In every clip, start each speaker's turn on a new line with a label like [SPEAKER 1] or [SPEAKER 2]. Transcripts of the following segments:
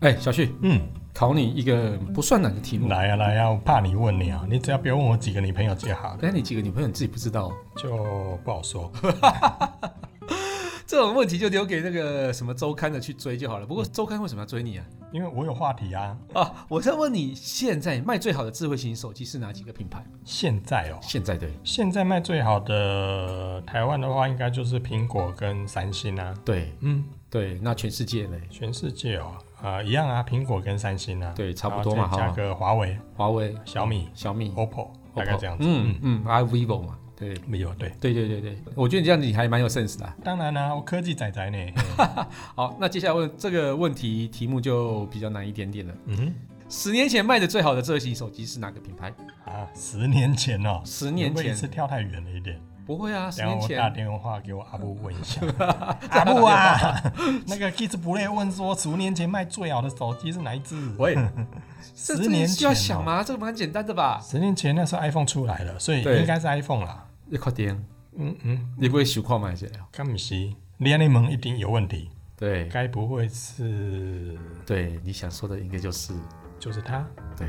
[SPEAKER 1] 哎，小旭，
[SPEAKER 2] 嗯，
[SPEAKER 1] 考你一个不算难的题目。
[SPEAKER 2] 来呀、啊来呀、我怕你问你啊，你只要别问我几个女朋友就好了，
[SPEAKER 1] 哎，你几个女朋友你自己不知道哦、
[SPEAKER 2] 就不好说。
[SPEAKER 1] 这种问题就留给那个什么周刊的去追就好了。不过周刊为什么要追你啊？
[SPEAKER 2] 因为我有话题啊。
[SPEAKER 1] 啊，我在问你，现在卖最好的智慧型手机是哪几个品牌？
[SPEAKER 2] 现在哦，
[SPEAKER 1] 现在对
[SPEAKER 2] 现在卖最好的台湾的话，应该就是苹果跟三星啊。
[SPEAKER 1] 对
[SPEAKER 2] 嗯，
[SPEAKER 1] 对，那全世界嘞，
[SPEAKER 2] 全世界哦，啊、一样啊，苹果跟三星啊。
[SPEAKER 1] 对差不多嘛
[SPEAKER 2] 然后再加
[SPEAKER 1] 哈
[SPEAKER 2] 个华为、
[SPEAKER 1] 华为、
[SPEAKER 2] 小米、
[SPEAKER 1] 小米、
[SPEAKER 2] OPPO，大概
[SPEAKER 1] OPPO
[SPEAKER 2] 这样子。
[SPEAKER 1] 嗯嗯，还有 vivo 嘛，对。
[SPEAKER 2] 没有对。
[SPEAKER 1] 对对对对，我觉得你这样子你还蛮有 sense 的啊、
[SPEAKER 2] 当然啦、我科技仔仔呢。
[SPEAKER 1] 好，那接下来问这个问题题目就比较难一点点了。
[SPEAKER 2] 嗯
[SPEAKER 1] 十年前卖的最好的智慧型手机是哪个品牌？
[SPEAKER 2] 啊，十年前哦，
[SPEAKER 1] 十年
[SPEAKER 2] 会不会一
[SPEAKER 1] 前
[SPEAKER 2] 次跳太远了一点。
[SPEAKER 1] 不会 啊，十
[SPEAKER 2] 然
[SPEAKER 1] 年
[SPEAKER 2] 后我打
[SPEAKER 1] 前
[SPEAKER 2] 电话给我 阿布问一下，阿布啊，那个 Kids Play 问说，十年前卖最好的手机是哪一只？
[SPEAKER 1] 喂，
[SPEAKER 2] 十
[SPEAKER 1] 这这
[SPEAKER 2] 年
[SPEAKER 1] 需要
[SPEAKER 2] 前
[SPEAKER 1] 想
[SPEAKER 2] 哦
[SPEAKER 1] 吗？这个蛮简单的吧？
[SPEAKER 2] 十年前那时候 iPhone 出来了，所以
[SPEAKER 1] 对
[SPEAKER 2] 应该是 iPhone 啦。
[SPEAKER 1] 你快点，
[SPEAKER 2] 嗯嗯，
[SPEAKER 1] 你不会小看买些了？
[SPEAKER 2] 干不是，连你们一定有问题，
[SPEAKER 1] 对
[SPEAKER 2] 该不会是
[SPEAKER 1] 对，你想说的应该就是
[SPEAKER 2] 就是它？
[SPEAKER 1] 对。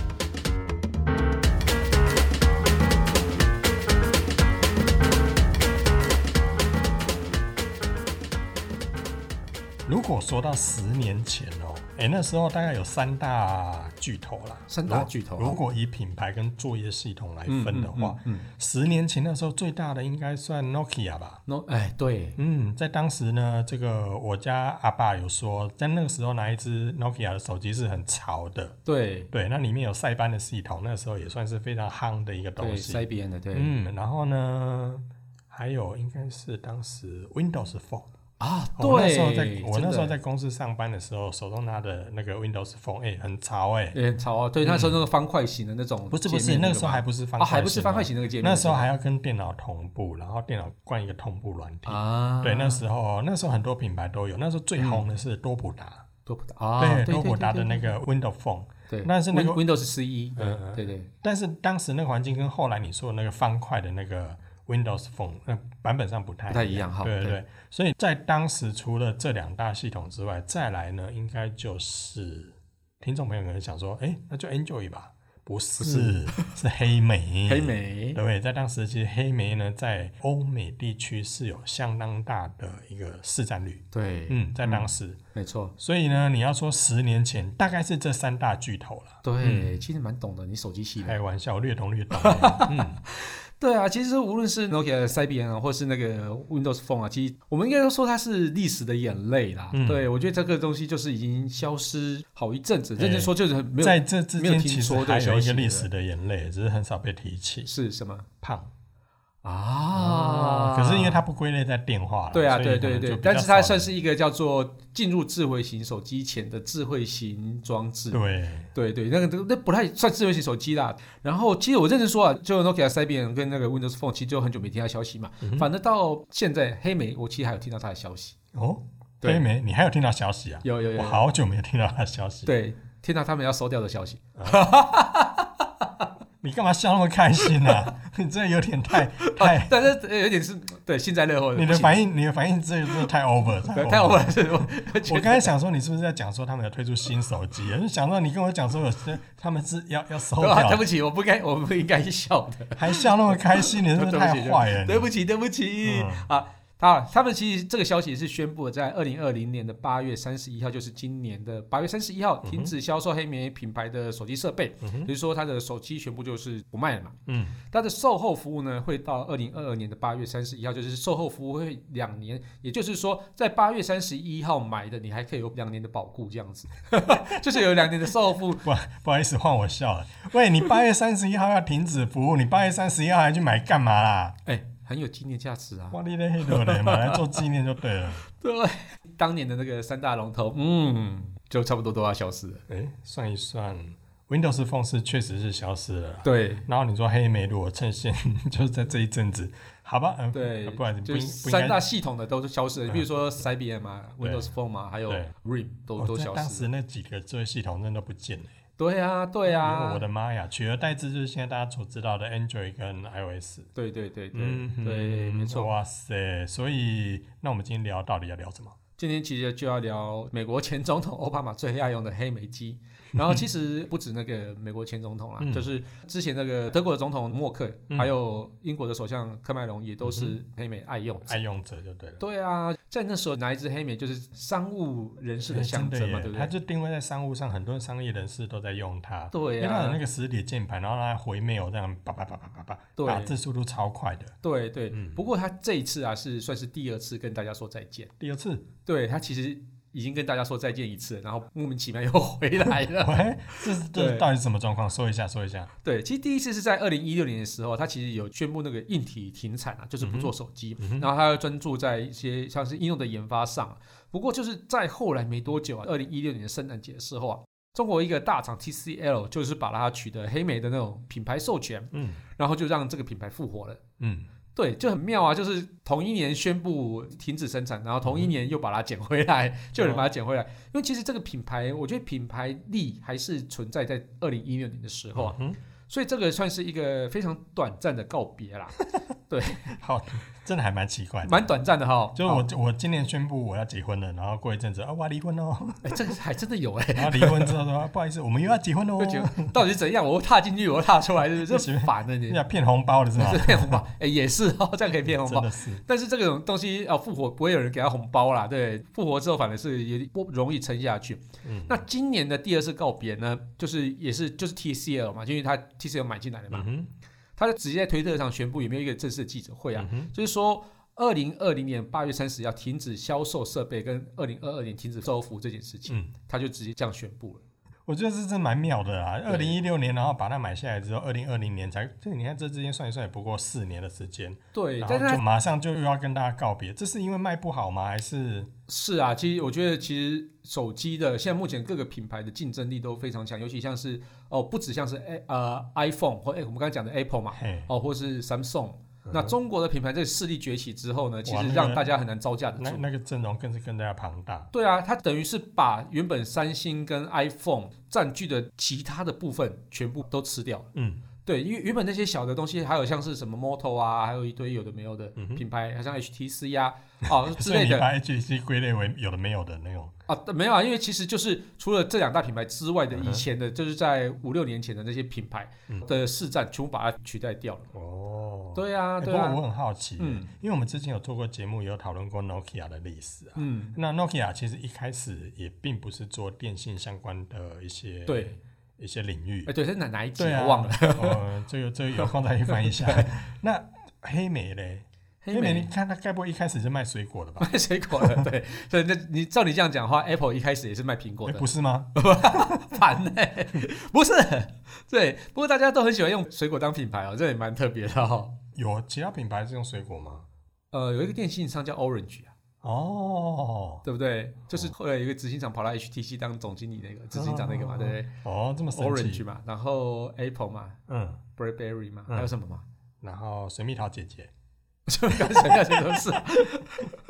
[SPEAKER 2] 如果说到十年前哦，哎、那时候大概有三大巨头啦，
[SPEAKER 1] 三大巨头
[SPEAKER 2] 如如果以品牌跟作业系统来
[SPEAKER 1] 嗯
[SPEAKER 2] 分的话，
[SPEAKER 1] 嗯嗯嗯
[SPEAKER 2] 十年前那时候最大的应该算 Nokia 吧。
[SPEAKER 1] 那哎，对，
[SPEAKER 2] 嗯，在当时呢，这个我家阿爸有说，在那个时候拿一只 Nokia 的手机是很潮的，
[SPEAKER 1] 对
[SPEAKER 2] 对，那里面有塞班的系统，那时候也算是非常夯的一个东
[SPEAKER 1] 对，塞
[SPEAKER 2] 西。
[SPEAKER 1] 边的对、
[SPEAKER 2] 嗯，然后呢，还有应该是当时 Windows Phone，哦
[SPEAKER 1] 啊，对，
[SPEAKER 2] 我那时候在我
[SPEAKER 1] 真
[SPEAKER 2] 那
[SPEAKER 1] 的
[SPEAKER 2] 时候在公司上班的时候，手中拿的那个 Windows Phone，哎、很潮哎、
[SPEAKER 1] 嗯，潮啊，对，那时候那个方块型的那种
[SPEAKER 2] 不是不
[SPEAKER 1] 界
[SPEAKER 2] 是，
[SPEAKER 1] 面
[SPEAKER 2] 那
[SPEAKER 1] 个
[SPEAKER 2] 个时候
[SPEAKER 1] 吧
[SPEAKER 2] 还不是方
[SPEAKER 1] 啊，
[SPEAKER 2] 块、
[SPEAKER 1] 还不是方块，型那个界面，
[SPEAKER 2] 那时候还要跟电脑同步，然后电脑灌一个同步软体。
[SPEAKER 1] 啊，
[SPEAKER 2] 对，那时候那时候很多品牌都有，那时候最红的是多普达，
[SPEAKER 1] 多普达啊，
[SPEAKER 2] 多普达
[SPEAKER 1] 对
[SPEAKER 2] 的那个 Windows Phone，
[SPEAKER 1] 对，
[SPEAKER 2] 那是那个
[SPEAKER 1] Win- Windows 十一，
[SPEAKER 2] 嗯
[SPEAKER 1] 对对
[SPEAKER 2] 但是当时那个环境跟后来你说的那个方块的那个 Windows Phone 那版本上不太
[SPEAKER 1] 不太一样哈
[SPEAKER 2] 对对
[SPEAKER 1] 对
[SPEAKER 2] 对，所以在当时除了这两大系统之外，再来呢，应该就是听众朋友可能想说，哎，那就 Enjoy 吧，不是， 是黑莓，
[SPEAKER 1] 对， 黑。莓，
[SPEAKER 2] 对，在当时其实黑莓呢，在欧美地区是有相当大的一个市占率。
[SPEAKER 1] 对，
[SPEAKER 2] 嗯，在当时，
[SPEAKER 1] 没错，
[SPEAKER 2] 所以呢，你要说十年前，大概是这三大巨头了。
[SPEAKER 1] 对，其实蛮懂的，你手机系的，
[SPEAKER 2] 开玩笑，略懂略懂。嗯，
[SPEAKER 1] 对啊，其实无论是 Nokia 的塞边啊，或是那个 Windows Phone 啊，其实我们应该都说它是历史的眼泪啦。
[SPEAKER 2] 嗯
[SPEAKER 1] 对，我觉得这个东西就是已经消失好一阵子，
[SPEAKER 2] 对
[SPEAKER 1] 认真说就是很 没有
[SPEAKER 2] 在这之
[SPEAKER 1] 没有
[SPEAKER 2] 间，
[SPEAKER 1] 听
[SPEAKER 2] 其实
[SPEAKER 1] 说
[SPEAKER 2] 还
[SPEAKER 1] 这
[SPEAKER 2] 有
[SPEAKER 1] 个消
[SPEAKER 2] 一
[SPEAKER 1] 息
[SPEAKER 2] 个历
[SPEAKER 1] 的
[SPEAKER 2] 史的眼泪，只是很少被提起。
[SPEAKER 1] 是什么
[SPEAKER 2] 胖
[SPEAKER 1] 啊、
[SPEAKER 2] 哦可是因为它不归类在电话了，
[SPEAKER 1] 对啊，
[SPEAKER 2] 所
[SPEAKER 1] 对
[SPEAKER 2] 以可
[SPEAKER 1] 对
[SPEAKER 2] 能就
[SPEAKER 1] 对，
[SPEAKER 2] 比
[SPEAKER 1] 但
[SPEAKER 2] 较
[SPEAKER 1] 是它
[SPEAKER 2] 少
[SPEAKER 1] 算
[SPEAKER 2] 人
[SPEAKER 1] 是一个叫做进入智慧型手机前的智慧型装置。
[SPEAKER 2] 对
[SPEAKER 1] 对对，那个那那不太算智慧型手机啦。然后其实我认真说啊，就 Nokia 塞边跟那个 Windows Phone，其实就很久没听到消息嘛。反正到现在黑莓，我其实还有听到它的消息。
[SPEAKER 2] 哦。
[SPEAKER 1] 对
[SPEAKER 2] 黑莓，你还有听到消息啊？
[SPEAKER 1] 有有有
[SPEAKER 2] 我
[SPEAKER 1] 有
[SPEAKER 2] 好久没有听到他的消息。，
[SPEAKER 1] 对，听到他们要收掉的消息。
[SPEAKER 2] 你干嘛笑那么开心啊？ 你这有点太
[SPEAKER 1] 啊
[SPEAKER 2] 太，
[SPEAKER 1] 但是呃有点是 对幸灾乐祸的。
[SPEAKER 2] 你
[SPEAKER 1] 不
[SPEAKER 2] 的
[SPEAKER 1] 行
[SPEAKER 2] 反应，你的反应真的是太 over，了
[SPEAKER 1] 对太我了，是我我觉
[SPEAKER 2] 我
[SPEAKER 1] 得
[SPEAKER 2] 刚才想说，你是不是在讲说他们有推出新手机？就想到你跟我讲说有些他们是要要收
[SPEAKER 1] 对啊对
[SPEAKER 2] 掉
[SPEAKER 1] 不，起，我不该，我不应该笑的。
[SPEAKER 2] 还笑那么开心，你是不 是
[SPEAKER 1] 对
[SPEAKER 2] 太
[SPEAKER 1] 不起，
[SPEAKER 2] 坏了？
[SPEAKER 1] 对不起，对不起、
[SPEAKER 2] 嗯
[SPEAKER 1] 啊！他他们其实这个消息是宣布在二零二零年的八月三十一号，就是今年的八月三十一
[SPEAKER 2] 嗯
[SPEAKER 1] 号，停止销售黑莓品牌的手机设备，比如说它的手机全部就是不卖了嘛。
[SPEAKER 2] 嗯，
[SPEAKER 1] 它的售后服务呢，会到二零二二年的八月三十一号，就是售后服务会两年，也就是说，在八月三十一号买的，你还可以有两年的保固，这样子， 就是有两年的售后服务。
[SPEAKER 2] 不不好 意思，换我笑了。喂，你八月三十一号要停止服务，你八月三十一号还去买干嘛啦？
[SPEAKER 1] 哎，很有纪念价值啊！
[SPEAKER 2] 哇，你那黑的人嘛，来做纪念就对 了。
[SPEAKER 1] 对，当年的那个三大龙头，嗯，就差不多都要消失了。
[SPEAKER 2] 哎，算一算 Windows Phone 是确实是消失了啦。
[SPEAKER 1] 对
[SPEAKER 2] 然后你说黑莓，如果趁现就是在 这一阵子，好吧，嗯，
[SPEAKER 1] 对
[SPEAKER 2] 不然不
[SPEAKER 1] 就是
[SPEAKER 2] 应不应
[SPEAKER 1] 三
[SPEAKER 2] 该
[SPEAKER 1] 大系统的都消失了，
[SPEAKER 2] 嗯
[SPEAKER 1] 比如说 IBM 啊、
[SPEAKER 2] 对
[SPEAKER 1] Windows Phone 啊，还有
[SPEAKER 2] 对
[SPEAKER 1] RIM 都
[SPEAKER 2] 哦
[SPEAKER 1] 都
[SPEAKER 2] 在
[SPEAKER 1] 消
[SPEAKER 2] 当
[SPEAKER 1] 失
[SPEAKER 2] 时
[SPEAKER 1] 了。
[SPEAKER 2] 那几个作业系统真的都不见了。
[SPEAKER 1] 对啊，对啊
[SPEAKER 2] 我，的妈呀！取而代之就是现在大家所知道的 Android 跟 iOS。
[SPEAKER 1] 对对对
[SPEAKER 2] 嗯哼
[SPEAKER 1] 对对，没错。
[SPEAKER 2] 哇塞！所以那我们今天聊到底要聊什么？
[SPEAKER 1] 今天其实就要聊美国前总统奥巴马最爱用的黑莓 机，然后其实不止那个美国前总统啦，
[SPEAKER 2] 嗯
[SPEAKER 1] 就是之前那个德国的总统默克，
[SPEAKER 2] 嗯
[SPEAKER 1] 还有英国的首相科麦隆也都是黑莓爱用者。
[SPEAKER 2] 爱用者就对了。
[SPEAKER 1] 对啊，在那时候拿一支黑莓就是商务人士的
[SPEAKER 2] 哎
[SPEAKER 1] 象
[SPEAKER 2] 真
[SPEAKER 1] 征嘛，
[SPEAKER 2] 耶
[SPEAKER 1] 对不
[SPEAKER 2] 它
[SPEAKER 1] 对？
[SPEAKER 2] 就定位在商务上，很多商业人士都在用它。因
[SPEAKER 1] 对
[SPEAKER 2] 为它有那
[SPEAKER 1] 啊，
[SPEAKER 2] 个实体键盘，然后它回 mail 这样叭叭叭叭叭叭，
[SPEAKER 1] 对
[SPEAKER 2] 打字速度超快的。
[SPEAKER 1] 对对。
[SPEAKER 2] 嗯
[SPEAKER 1] 不过他这一次啊，是算是第二次跟大家说再见。
[SPEAKER 2] 第二 次，
[SPEAKER 1] 对他其实已经跟大家说再见一次了，然后莫名其妙又 回来了。
[SPEAKER 2] 喂，这是这是
[SPEAKER 1] 对
[SPEAKER 2] 到底是什么状况？说一下，说一下。
[SPEAKER 1] 对，其实第一次是在二零一六年的时候，他其实有宣布那个硬体停产啊，就是不做手机，
[SPEAKER 2] 嗯哼
[SPEAKER 1] 然后他要专注在一些像是应用的研发上啊。不过就是在后来没多久啊，二零一六年的圣诞节的时候啊，中国一个大厂 TCL 就是把它取得黑莓的那种品牌授权，
[SPEAKER 2] 嗯
[SPEAKER 1] 然后就让这个品牌复活了。
[SPEAKER 2] 嗯，
[SPEAKER 1] 对，就很妙啊！就是同一年宣布停止生产，然后同一年又把它捡回来，就有人把它捡回来。因为其实这个品牌，我觉得品牌力还是存在在二零一六年的时候啊，
[SPEAKER 2] 嗯
[SPEAKER 1] 所以这个算是一个非常短暂的告别啦，
[SPEAKER 2] 哼好，真的还蛮奇怪的。
[SPEAKER 1] 蛮短暂的哈。
[SPEAKER 2] 就是
[SPEAKER 1] 好，
[SPEAKER 2] 我我今年宣布我要结婚了，然后过一阵子啊我要离婚哦，
[SPEAKER 1] 哎，这个还真的有哎、
[SPEAKER 2] 然后离婚之后说啊不 好意思，我们又要结婚
[SPEAKER 1] 就，
[SPEAKER 2] 哦
[SPEAKER 1] 觉得到底是怎样？我踏进去，我踏出来，是不
[SPEAKER 2] 是
[SPEAKER 1] 是烦了你？
[SPEAKER 2] 要骗红包的是吗？
[SPEAKER 1] 是骗红包，哎，也是哦，这样可以骗红包
[SPEAKER 2] 真。的是，
[SPEAKER 1] 但是这种东西啊，复活不会有人给他红包啦，对，复活之后反而是也不容易撑下去。
[SPEAKER 2] 嗯
[SPEAKER 1] 那今年的第二次告别呢，就是也是就是 TCL 嘛，因为他 TCL 买进来了嘛，
[SPEAKER 2] 嗯哼，
[SPEAKER 1] 他就直接在推特上宣布，有没有一个正式的记者会啊？
[SPEAKER 2] 嗯哼，
[SPEAKER 1] 就是说，二零二零年八月三十要停止销售设备，跟二零二二年停止售后服务这件事情，
[SPEAKER 2] 嗯，
[SPEAKER 1] 他就直接这样宣布了。
[SPEAKER 2] 我觉得这真的蛮妙的啊。二
[SPEAKER 1] 对
[SPEAKER 2] 零一六年，然后把它买下来之后，二零二零年才，这你看这之间算一算也不过四年的时间，
[SPEAKER 1] 对，
[SPEAKER 2] 然
[SPEAKER 1] 但
[SPEAKER 2] 后
[SPEAKER 1] 是
[SPEAKER 2] 就
[SPEAKER 1] 他
[SPEAKER 2] 马上就又要跟大家告别，这是因为卖不好吗？还是
[SPEAKER 1] 是啊，其实我觉得其实手机的现在目前各个品牌的竞争力都非常强，尤其像是哦，不止像是 A 呃 iPhone 或哎我们刚才讲的 Apple 嘛，
[SPEAKER 2] 嘿？
[SPEAKER 1] 哦，或是 Samsung。
[SPEAKER 2] 嗯
[SPEAKER 1] 那中国的品牌这个势力崛起之后呢，其
[SPEAKER 2] 哇
[SPEAKER 1] 实
[SPEAKER 2] 那
[SPEAKER 1] 让
[SPEAKER 2] 个
[SPEAKER 1] 大家很难招架得
[SPEAKER 2] 那
[SPEAKER 1] 住。
[SPEAKER 2] 那个阵容更是更加庞大，
[SPEAKER 1] 对啊，它等于是把原本三星跟 iPhone 占据的其他的部分全部都吃掉了。
[SPEAKER 2] 嗯
[SPEAKER 1] 对，因为原本那些小的东西，还有像是什么 Moto 啊，还有一堆有的没有的
[SPEAKER 2] 嗯哼
[SPEAKER 1] 品牌，好像 HTC 呀、啊，哦之
[SPEAKER 2] 所以
[SPEAKER 1] 类
[SPEAKER 2] 你
[SPEAKER 1] 的
[SPEAKER 2] 把 HTC 归类为有的没有的那种，
[SPEAKER 1] 啊，没有啊，因为其实就是除了这两大品牌之外的，
[SPEAKER 2] 嗯
[SPEAKER 1] 以
[SPEAKER 2] 哼
[SPEAKER 1] 前的就是在五六年前的那些品牌
[SPEAKER 2] 嗯
[SPEAKER 1] 的市占，全部把它取代掉了。
[SPEAKER 2] 哦，
[SPEAKER 1] 对啊，
[SPEAKER 2] 欸
[SPEAKER 1] 对
[SPEAKER 2] 不过
[SPEAKER 1] 啊，
[SPEAKER 2] 我很好奇、
[SPEAKER 1] 嗯
[SPEAKER 2] 因为我们之前有做过节目，有讨论过 Nokia 的历史啊。
[SPEAKER 1] 嗯，
[SPEAKER 2] 那 Nokia 其实一开始也并不是做电信相关的一些
[SPEAKER 1] 对，
[SPEAKER 2] 一些领域
[SPEAKER 1] 哎，，对，是哪哪一集
[SPEAKER 2] 对啊，
[SPEAKER 1] 我忘 了？。
[SPEAKER 2] 呃，这个这个有空再去 翻一下。那黑莓嘞？黑莓，你看它该不会一开始就卖水果的吧？
[SPEAKER 1] 卖水果的，对，所以那你照你这样讲的话，Apple 一开始也是卖苹果
[SPEAKER 2] 欸
[SPEAKER 1] 的，
[SPEAKER 2] 不是吗？
[SPEAKER 1] 烦呢、不是，对，不过大家都很喜欢用水果当品牌哦，这也蛮特别的哦。
[SPEAKER 2] 有其他品牌是用水果吗？
[SPEAKER 1] 呃，有一个电信商叫 Orange 啊，
[SPEAKER 2] 哦
[SPEAKER 1] 对不对？就是后来有一个执行长跑到 HTC 当总经理那个执行长那个嘛，
[SPEAKER 2] 哦
[SPEAKER 1] 对不对
[SPEAKER 2] 哦，这么神奇。
[SPEAKER 1] ？Orange 嘛，然后 Apple 嘛
[SPEAKER 2] 嗯，
[SPEAKER 1] ，Burberry 嘛，
[SPEAKER 2] 嗯
[SPEAKER 1] 还有什么嘛？
[SPEAKER 2] 然后水蜜桃姐姐、
[SPEAKER 1] 就刚才那些 都是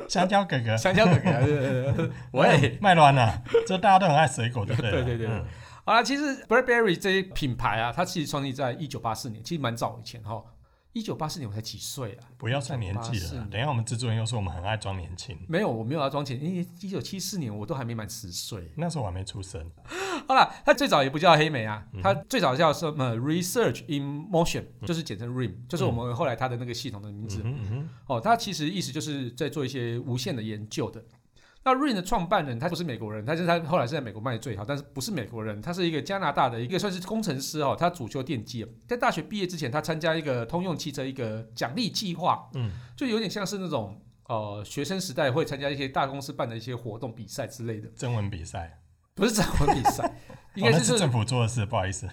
[SPEAKER 2] 香蕉哥哥，
[SPEAKER 1] 香蕉哥哥，对对对对 喂。
[SPEAKER 2] 卖乱了，这大家都很爱水果，对不对
[SPEAKER 1] 对
[SPEAKER 2] 了？
[SPEAKER 1] 对对对
[SPEAKER 2] 嗯
[SPEAKER 1] 好啦，其实 Burberry 这些品牌啊，它其实创立在一九八四年，其实蛮早以前哈。一九八四年我才几岁啊？
[SPEAKER 2] 不要算年
[SPEAKER 1] 1984
[SPEAKER 2] 纪了啦
[SPEAKER 1] 年，
[SPEAKER 2] 等一下我们制作人又说我们很爱装年轻，
[SPEAKER 1] 没有，我没有要装钱，因为一九七四年我都还没满十岁。
[SPEAKER 2] 那时候我还没出生。
[SPEAKER 1] 嗯好了，它最早也不叫黑莓啊
[SPEAKER 2] 嗯，
[SPEAKER 1] 它最早叫什么 Research in Motion，就是简称 RIM，就是我们后来它的那个系统的名
[SPEAKER 2] 嗯
[SPEAKER 1] 字。
[SPEAKER 2] 哼嗯哼
[SPEAKER 1] 哦，它其实意思就是在做一些无限的研究的。那 RIM 的创办人他不是美国人，但是他后来是在美国卖的最好，但是不是美国人，他是一个加拿大的一个算是工程师哦，他主修电机。在大学毕业之前，他参加一个通用汽车一个奖励计划，
[SPEAKER 2] 嗯，
[SPEAKER 1] 就有点像是那种呃学生时代会参加一些大公司办的一些活动比赛之类的，
[SPEAKER 2] 征文比赛，
[SPEAKER 1] 不是征文比 赛，应该
[SPEAKER 2] 哦
[SPEAKER 1] 就
[SPEAKER 2] 那
[SPEAKER 1] 是
[SPEAKER 2] 是政府做的事，不好意思，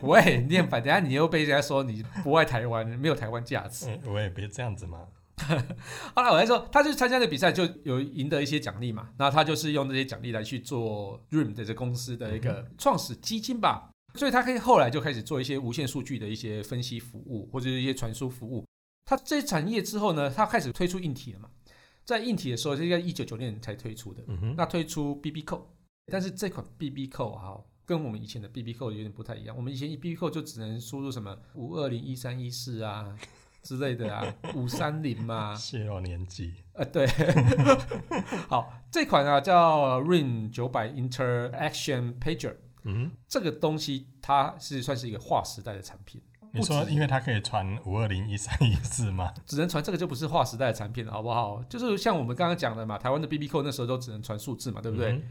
[SPEAKER 1] 喂，你很烦，等一下你又被人家说你不爱台湾，没有台湾价值。
[SPEAKER 2] 嗯，我也别这样子嘛。
[SPEAKER 1] 后来我在说，他去参加的比赛就有赢得一些奖励嘛，那他就是用这些奖励来去做 Dream 的这公司的一个创始基金吧。所以它可以后来就开始做一些无线数据的一些分析服务，或者是一些传输服务。它这些产业之后呢，它开始推出硬体了嘛？在硬体的时候，这个一九九年才推出的。
[SPEAKER 2] 嗯哼，
[SPEAKER 1] 那推出 BB 扣，但是这款 BB 扣啊，跟我们以前的 BB 扣有点不太一样。我们以前 BB 扣就只能输入什么五二零一三一四啊之类的啊，五三零嘛，
[SPEAKER 2] 泄露年纪，
[SPEAKER 1] 呃，对， 好，这款啊叫 Ring 九百 Interaction Pager，
[SPEAKER 2] 嗯
[SPEAKER 1] 这个东西它是算是一个划时代的产品。
[SPEAKER 2] 哼，你说
[SPEAKER 1] 不止
[SPEAKER 2] 因为它可以传五二零一三一四吗？
[SPEAKER 1] 只能传这个就不是划时代的产品了，好不好？就是像我们刚刚讲的嘛，台湾的 BB 扣那时候都只能传数字嘛，对不对？
[SPEAKER 2] 嗯哼？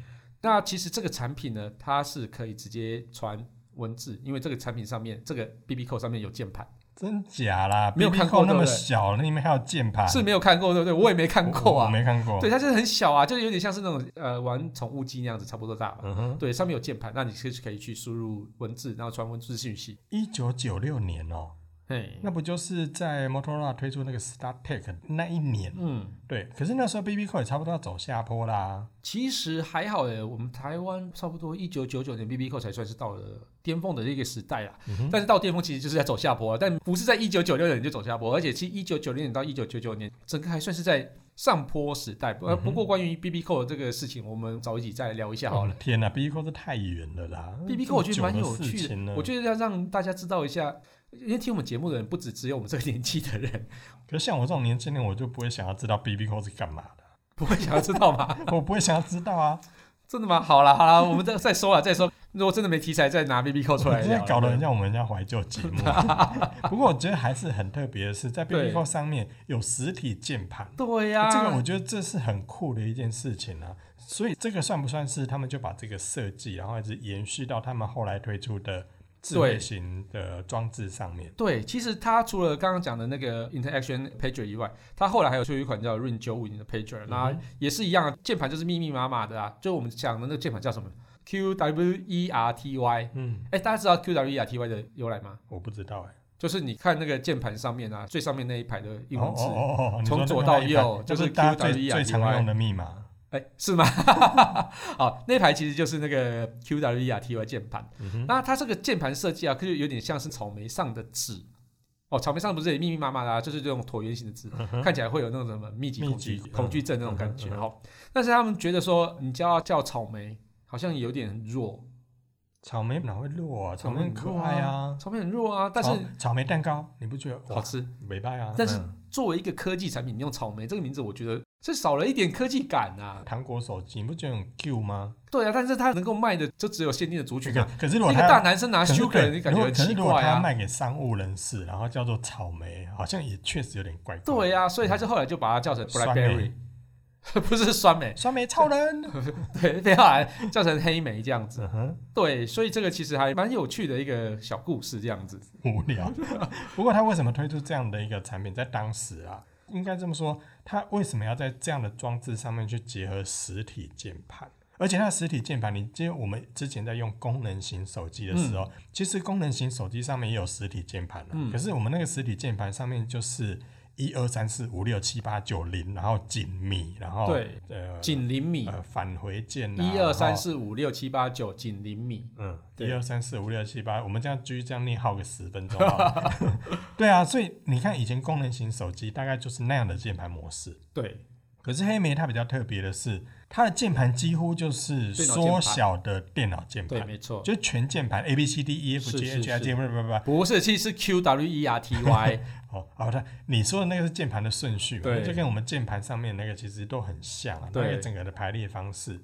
[SPEAKER 1] 那其实这个产品呢，它是可以直接传文字，因为这个产品上面这个 BB 扣上面有键盘，
[SPEAKER 2] 真假啦？
[SPEAKER 1] 没有看过
[SPEAKER 2] BB 扣那么
[SPEAKER 1] 对不对
[SPEAKER 2] 小，那里面还有键盘，
[SPEAKER 1] 是没有看过对不对？我也没看过
[SPEAKER 2] 啊我我
[SPEAKER 1] 啊，
[SPEAKER 2] 没看过。
[SPEAKER 1] 对，它就是很小啊，就是有点像是那种呃玩宠物机那样子，差不多大吧。
[SPEAKER 2] 嗯哼，
[SPEAKER 1] 对，上面有键盘，那你是可以去输入文字，然后传文字讯息。
[SPEAKER 2] 一九九六年哦，
[SPEAKER 1] 嘿，
[SPEAKER 2] 那不就是在 Motorola 推出那个 StarTech 那一年？
[SPEAKER 1] 嗯，
[SPEAKER 2] 对，可是那时候 BB 扣也差不多要走下坡啦。
[SPEAKER 1] 其实还好诶，我们台湾差不多一九九九年 BB 扣才算是到了巅峰的一个时代啦。
[SPEAKER 2] 嗯哼
[SPEAKER 1] 但是到巅峰其实就是在走下坡，但不是在一九九六年就走下坡，而且其实一九九六年到一九九九年，整个还算是在上坡时代。呃、
[SPEAKER 2] 嗯哼
[SPEAKER 1] 不过关于 B B 扣这个事情，我们早一集再聊一下好了。
[SPEAKER 2] 哦天哪，BB 扣这太远了啦。
[SPEAKER 1] B B 扣我觉得蛮有
[SPEAKER 2] 哦这么久的
[SPEAKER 1] 趣
[SPEAKER 2] 事情
[SPEAKER 1] 的
[SPEAKER 2] 了，
[SPEAKER 1] 我觉得要让大家知道一下，因为听我们节目的人不止只有我们这个年纪的人，
[SPEAKER 2] 可是像我这种年轻人，我就不会想要知道 BB 扣是干嘛的，
[SPEAKER 1] 不会想要知道吗？
[SPEAKER 2] 我不会想要知道啊。
[SPEAKER 1] 真的吗？好啦好 啦，我们再再说了再说。如果真的没题材，再 拿 B B 扣出来
[SPEAKER 2] 现在
[SPEAKER 1] 聊。
[SPEAKER 2] 搞得很像我们家怀旧节 目。不过我觉得还是很特别的是，在 BB
[SPEAKER 1] 对
[SPEAKER 2] 扣上面有实体键盘。
[SPEAKER 1] 对啊呀、
[SPEAKER 2] 欸这个我觉得这是很酷的一件事情啊。所以这个算不算是他们就把这个设计，然后一直延续到他们后来推出的智慧
[SPEAKER 1] 对
[SPEAKER 2] 型的装置上面？
[SPEAKER 1] 对，其实它除了刚刚讲的那个 Interaction Pager 以外，它后来还有出一款叫 Ring 九五零的 Pager，那、
[SPEAKER 2] 嗯哼
[SPEAKER 1] 也是一样，键盘就是密密麻麻的啊，就我们讲的那个键盘叫什么？Q W E R T Y。
[SPEAKER 2] 嗯，
[SPEAKER 1] 哎，大家知道 Q W E R T Y 的由来吗？
[SPEAKER 2] 我不知道哎、
[SPEAKER 1] 就是你看那个键盘上面啊，最上面那一排的英
[SPEAKER 2] 哦
[SPEAKER 1] 文字，
[SPEAKER 2] 哦哦哦，你说
[SPEAKER 1] 从
[SPEAKER 2] 那
[SPEAKER 1] 左
[SPEAKER 2] 个
[SPEAKER 1] 到
[SPEAKER 2] 那一
[SPEAKER 1] 右
[SPEAKER 2] 排
[SPEAKER 1] 就
[SPEAKER 2] 那
[SPEAKER 1] 是
[SPEAKER 2] 大家
[SPEAKER 1] Q
[SPEAKER 2] 最
[SPEAKER 1] W E R
[SPEAKER 2] 最
[SPEAKER 1] T
[SPEAKER 2] 常
[SPEAKER 1] Y
[SPEAKER 2] 用的密码。
[SPEAKER 1] 哎、是吗？ 好，那一排其实就是那个 Q W E R T Y 键盘。
[SPEAKER 2] 嗯哼，
[SPEAKER 1] 那它这个键盘设计啊，就有点像是草莓上的纸哦，草莓上不是也密密麻麻的、啊，就是这种椭圆形的纸，看起来会有那种什么密集恐惧
[SPEAKER 2] 嗯密集
[SPEAKER 1] 恐惧症那种感觉
[SPEAKER 2] 嗯嗯嗯
[SPEAKER 1] 哈、但是他们觉得说，你叫叫草莓好像有点很弱，
[SPEAKER 2] 草莓哪会弱啊？
[SPEAKER 1] 草
[SPEAKER 2] 草
[SPEAKER 1] 莓
[SPEAKER 2] 莓
[SPEAKER 1] 很
[SPEAKER 2] 很可
[SPEAKER 1] 弱
[SPEAKER 2] 爱啊。
[SPEAKER 1] 草莓很弱啊，但是
[SPEAKER 2] 草草莓蛋糕，你不觉得
[SPEAKER 1] 好
[SPEAKER 2] 哇
[SPEAKER 1] 吃。
[SPEAKER 2] 美败啊？
[SPEAKER 1] 但是
[SPEAKER 2] 哦嗯
[SPEAKER 1] 作为一个科技产品，你用草莓这个名字，我觉得是少了一点科技感啊。
[SPEAKER 2] 糖果手机，你不觉得很 Q 吗？
[SPEAKER 1] 对啊，但是它能够卖的就只有限定的族群
[SPEAKER 2] 可
[SPEAKER 1] 啊。
[SPEAKER 2] 可是如果
[SPEAKER 1] 一个
[SPEAKER 2] 他
[SPEAKER 1] 大男生拿
[SPEAKER 2] 可是
[SPEAKER 1] sugar，你感觉
[SPEAKER 2] 如果
[SPEAKER 1] 很
[SPEAKER 2] 可是
[SPEAKER 1] 奇
[SPEAKER 2] 如果
[SPEAKER 1] 怪
[SPEAKER 2] 他
[SPEAKER 1] 啊。
[SPEAKER 2] 卖给商务人士，然后叫做草莓，好像也确实有点怪怪。
[SPEAKER 1] 对、啊，所以他就后来就把它叫成
[SPEAKER 2] 酸梅
[SPEAKER 1] blackberry，不是酸梅，
[SPEAKER 2] 酸梅超人。
[SPEAKER 1] 对，被后来啊叫成黑莓这样子。
[SPEAKER 2] 嗯哼，
[SPEAKER 1] 对，所以这个其实还蛮有趣的一个小故事这样子。
[SPEAKER 2] 无聊。 不过他为什么推出这样的一个产品，在当时啊，应该这么说，他为什么要在这样的装置上面去结合实体键盘？而且它的实体键盘，你记得我们之前在用功能型手机的时候，其实功能型手机上面也有实体键盘、啊
[SPEAKER 1] 嗯
[SPEAKER 2] 可是我们那个实体键盘上面就是一二三四五六七八九零，然后紧密，然后
[SPEAKER 1] 对，
[SPEAKER 2] 呃
[SPEAKER 1] 紧邻米，
[SPEAKER 2] 呃返回键啊，
[SPEAKER 1] 一二三
[SPEAKER 2] 然后，
[SPEAKER 1] 四五六七八
[SPEAKER 2] 啊
[SPEAKER 1] 九，紧邻米。
[SPEAKER 2] 嗯，
[SPEAKER 1] 对
[SPEAKER 2] 一二三四五六七八，我们这样继续这样念耗个十分钟好了。对啊，所以你看以前功能型手机大概就是那样的键盘模式，
[SPEAKER 1] 对，
[SPEAKER 2] 可是黑莓它比较特别的是，它的键盘几乎就是
[SPEAKER 1] 电脑键盘
[SPEAKER 2] 缩小的电脑键
[SPEAKER 1] 对，
[SPEAKER 2] 盘，
[SPEAKER 1] 没错，
[SPEAKER 2] 就全键盘 A B C D E F
[SPEAKER 1] 是
[SPEAKER 2] G
[SPEAKER 1] 是
[SPEAKER 2] H I J 不不不不，
[SPEAKER 1] 不是，其实是 Q W E R T Y。
[SPEAKER 2] 哦，好的，你说的那个是键盘的顺序嘛，
[SPEAKER 1] 对
[SPEAKER 2] 就跟我们键盘上面那个其实都很像啊，那
[SPEAKER 1] 对
[SPEAKER 2] 个整个的排列方式。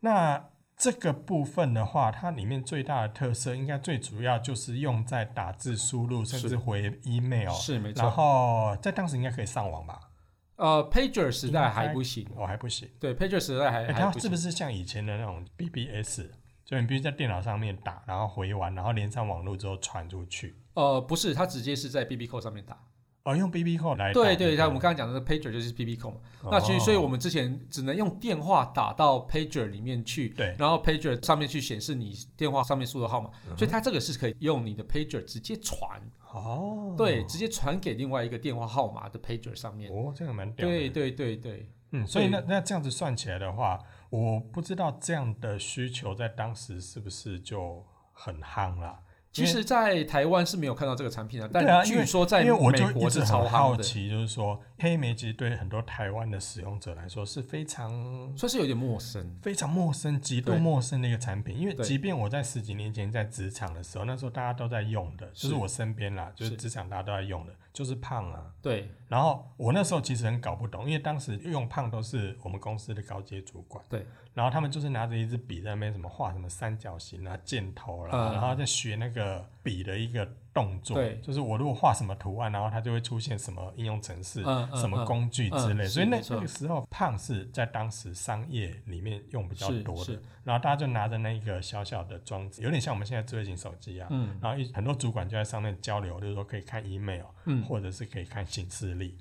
[SPEAKER 2] 那这个部分的话，它里面最大的特色，应该最主要就是用在打字输入，甚
[SPEAKER 1] 是
[SPEAKER 2] 至回 email，
[SPEAKER 1] 是没
[SPEAKER 2] 然
[SPEAKER 1] 错。
[SPEAKER 2] 后在当时应该可以上网吧？哦
[SPEAKER 1] 呃，Pager 时代还不行，
[SPEAKER 2] 我、还不行。
[SPEAKER 1] 对，Pager 时代
[SPEAKER 2] 哎
[SPEAKER 1] 还还
[SPEAKER 2] 它
[SPEAKER 1] 不
[SPEAKER 2] 是不
[SPEAKER 1] 行。
[SPEAKER 2] 是像以前的那种 BBS？就你必须在电脑上面打，然后回完，然后连上网络之后传出去。
[SPEAKER 1] 呃，不是，它直接是在 B B 扣上面打。
[SPEAKER 2] 哦，用 BB 扣来打
[SPEAKER 1] 对对，
[SPEAKER 2] 不
[SPEAKER 1] 像我们刚刚讲的那 Pager 就是 B B 扣嘛。
[SPEAKER 2] 哦
[SPEAKER 1] 那其实，所以我们之前只能用电话打到 pager 里面去，
[SPEAKER 2] 对
[SPEAKER 1] 然后 pager 上面去显示你电话上面输的号码，
[SPEAKER 2] 嗯
[SPEAKER 1] 所以它这个是可以用你的 pager 直接传，
[SPEAKER 2] 哦，
[SPEAKER 1] 对，直接传给另外一个电话号码的 pager 上面。
[SPEAKER 2] 哦，这个蛮屌的。
[SPEAKER 1] 对对对对，
[SPEAKER 2] 嗯，所以那那这样子算起来的话，我不知道这样的需求在当时是不是就很夯啦。
[SPEAKER 1] 其实，在台湾是没有看到这个产品的，
[SPEAKER 2] 对啊
[SPEAKER 1] 但
[SPEAKER 2] 因为
[SPEAKER 1] 据说在
[SPEAKER 2] 因为我
[SPEAKER 1] 美
[SPEAKER 2] 就一
[SPEAKER 1] 国
[SPEAKER 2] 直
[SPEAKER 1] 是
[SPEAKER 2] 很
[SPEAKER 1] 超
[SPEAKER 2] 好
[SPEAKER 1] 夯的，
[SPEAKER 2] 奇，就是说黑莓其实对很多台湾的使用者来说是非常
[SPEAKER 1] 算是有点陌生。
[SPEAKER 2] 非常陌生、极度
[SPEAKER 1] 对
[SPEAKER 2] 陌生的一个产品。因为
[SPEAKER 1] 对
[SPEAKER 2] 即便我在十几年前在职场的时候，那时候大家都在用的，就是
[SPEAKER 1] 是
[SPEAKER 2] 我身边啦，就是
[SPEAKER 1] 是
[SPEAKER 2] 职场大家都在用的，就是胖啊。
[SPEAKER 1] 对，
[SPEAKER 2] 然后我那时候其实很搞不懂，因为当时用胖都是我们公司的高阶主管，
[SPEAKER 1] 对，
[SPEAKER 2] 然后他们就是拿着一支笔在那边什么画什么三角形啊、箭头啦，
[SPEAKER 1] 嗯
[SPEAKER 2] 然后在学那个笔的一个动作，
[SPEAKER 1] 对
[SPEAKER 2] 就是我如果画什么图案，然后它就会出现什么应用程式、
[SPEAKER 1] 嗯嗯
[SPEAKER 2] 什么工具之类，
[SPEAKER 1] 嗯嗯
[SPEAKER 2] 所以那
[SPEAKER 1] 是没错
[SPEAKER 2] 那个时候胖是在当时商业里面用比较
[SPEAKER 1] 是
[SPEAKER 2] 多的
[SPEAKER 1] 是，
[SPEAKER 2] 然后大家就拿着那个小小的装置，有点像我们现在智慧型手机啊，
[SPEAKER 1] 嗯
[SPEAKER 2] 然后一很多主管就在上面交流，就是说可以看 email，
[SPEAKER 1] 嗯
[SPEAKER 2] 或者是可以看行事历。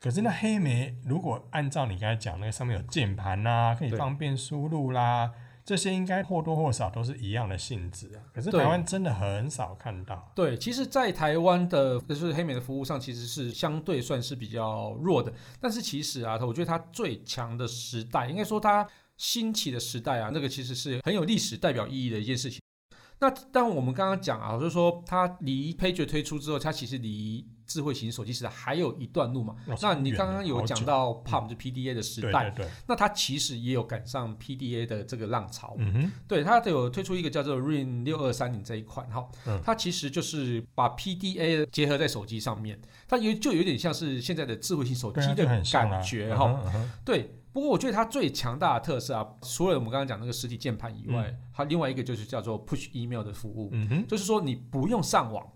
[SPEAKER 2] 可是那黑莓，如果按照你刚才讲，那个上面有键盘啦，可以
[SPEAKER 1] 对
[SPEAKER 2] 方便输入啦，这些应该或多或少都是一样的性质啊。可是
[SPEAKER 1] 对
[SPEAKER 2] 台湾真的很少看到，
[SPEAKER 1] 对，其实，在台湾的，就是黑莓的服务上，其实是相对算是比较弱的。但是其实啊，我觉得它最强的时代，应该说它兴起的时代啊，那个其实是很有历史代表意义的一件事情。那但我们刚刚讲啊，就是说它离 Pager 推出之后，它其实离智慧型手机时代还有一段路嘛。
[SPEAKER 2] 哦
[SPEAKER 1] 那你
[SPEAKER 2] 远
[SPEAKER 1] 刚
[SPEAKER 2] 了
[SPEAKER 1] 刚有
[SPEAKER 2] 好
[SPEAKER 1] 讲
[SPEAKER 2] 久嗯
[SPEAKER 1] 到 POM 就 PDA 的时
[SPEAKER 2] 对
[SPEAKER 1] 代
[SPEAKER 2] 对，对，
[SPEAKER 1] 那它其实也有赶上 PDA 的这个浪潮。
[SPEAKER 2] 嗯哼，
[SPEAKER 1] 对，它有推出一个叫做 Rain 六二三零这一款哈，
[SPEAKER 2] 嗯
[SPEAKER 1] 它其实就是把 PDA 结合在手机上面，它有就有点像是现在的智慧型手
[SPEAKER 2] 对
[SPEAKER 1] 机
[SPEAKER 2] 啊，
[SPEAKER 1] 的
[SPEAKER 2] 就很像啊
[SPEAKER 1] 感觉
[SPEAKER 2] 嗯
[SPEAKER 1] 哈、
[SPEAKER 2] 哼嗯哼
[SPEAKER 1] 对，不过我觉得它最强大的特色啊，除了我们刚刚讲那个实体键盘以外，它另外一个就是叫做 Push Email 的服务，
[SPEAKER 2] 嗯哼，
[SPEAKER 1] 就是说你不用上网，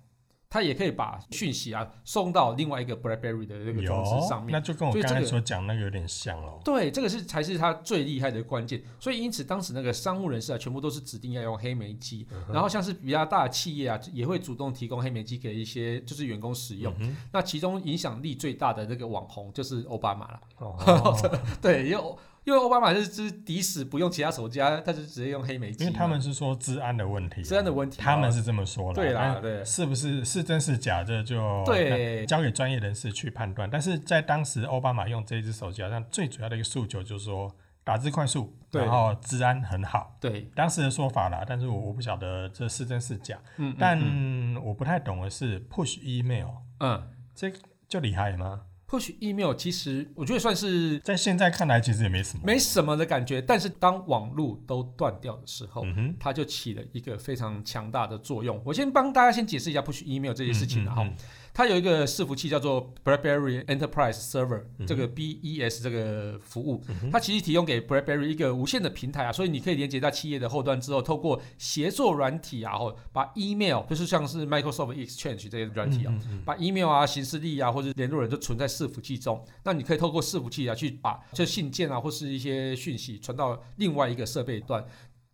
[SPEAKER 1] 它也可以把讯息啊送到另外一个 BlackBerry 的那个装置上
[SPEAKER 2] 嗯有，
[SPEAKER 1] 面
[SPEAKER 2] 那。就跟我
[SPEAKER 1] 所以
[SPEAKER 2] 刚
[SPEAKER 1] 这
[SPEAKER 2] 才
[SPEAKER 1] 个
[SPEAKER 2] 所讲那个有点像喽。
[SPEAKER 1] 对，这个是才是它最厉害的关键。所以因此，当时那个商务人士啊，全部都是指定要用黑莓机。
[SPEAKER 2] 嗯
[SPEAKER 1] 然后像是比较大的企业啊，也会主动提供黑莓机给一些就是员工使用。
[SPEAKER 2] 嗯
[SPEAKER 1] 那其中影响力最大的那个网红就是奥巴马 了。
[SPEAKER 2] 哼，哦
[SPEAKER 1] 对，因为欧因为奥巴马就是就是抵死不用其他手机啊，他就直接用黑莓机
[SPEAKER 2] 因
[SPEAKER 1] 嘛。
[SPEAKER 2] 为他们是说治安的问题啊，
[SPEAKER 1] 治安的问题啊
[SPEAKER 2] 他们是这么说了。
[SPEAKER 1] 对
[SPEAKER 2] 但
[SPEAKER 1] 啦，对
[SPEAKER 2] 是不是是真是假，这就
[SPEAKER 1] 对
[SPEAKER 2] 交给专业人士去判断。但是在当时，奥巴马用这一只手机，好像最主要的一个诉求就是说打字快速，
[SPEAKER 1] 对
[SPEAKER 2] 然后治安很好。
[SPEAKER 1] 对，
[SPEAKER 2] 当时的说法啦，但是我我不晓得这是真是假。
[SPEAKER 1] 嗯，嗯
[SPEAKER 2] 但
[SPEAKER 1] 嗯
[SPEAKER 2] 我不太懂的是 push email
[SPEAKER 1] 嗯
[SPEAKER 2] 这就厉害吗？
[SPEAKER 1] ，push email 其实我觉得算是
[SPEAKER 2] 在现在看来，其实也没什么。
[SPEAKER 1] 没什么的感觉，但是当网络都断掉的时候，
[SPEAKER 2] 嗯哼，
[SPEAKER 1] 它就起了一个非常强大的作用。我先帮大家先解释一下 push email 这件事情啊然
[SPEAKER 2] 嗯
[SPEAKER 1] 后
[SPEAKER 2] 嗯
[SPEAKER 1] 它有一个伺服器叫做 BlackBerry Enterprise Server，、
[SPEAKER 2] 嗯哼
[SPEAKER 1] 这个 BES 这个服务，
[SPEAKER 2] 嗯哼
[SPEAKER 1] 它其实提供给 BlackBerry 一个无线的平台啊，所以你可以连接到企业的后端之后，透过协作软体啊，或把 email 就是像是 Microsoft Exchange 这些软体啊。
[SPEAKER 2] 嗯嗯嗯
[SPEAKER 1] 把 email 啊、行事历啊，或者联络人都存在伺服器中。那你可以透过伺服器啊，去把这信件啊，或是一些讯息传到另外一个设备端，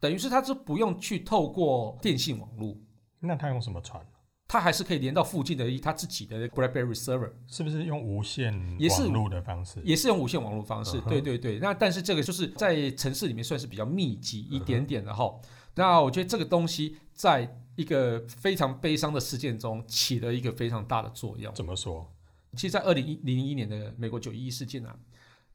[SPEAKER 1] 等于是它是不用去透过电信网络，
[SPEAKER 2] 那他用什么传？
[SPEAKER 1] 它还是可以连到附近的它自己的 BlackBerry server，
[SPEAKER 2] 是不是用无线
[SPEAKER 1] 也是
[SPEAKER 2] 网络的方式？
[SPEAKER 1] 也是用无线网络方式。
[SPEAKER 2] 嗯哼
[SPEAKER 1] 对对对，那但是这个就是在城市里面算是比较密集一点点的哈。那我觉得这个东西在一个非常悲伤的事件中起了一个非常大的作用。
[SPEAKER 2] 怎么说？
[SPEAKER 1] 其实，在二零零一年的美国九一一事件啊，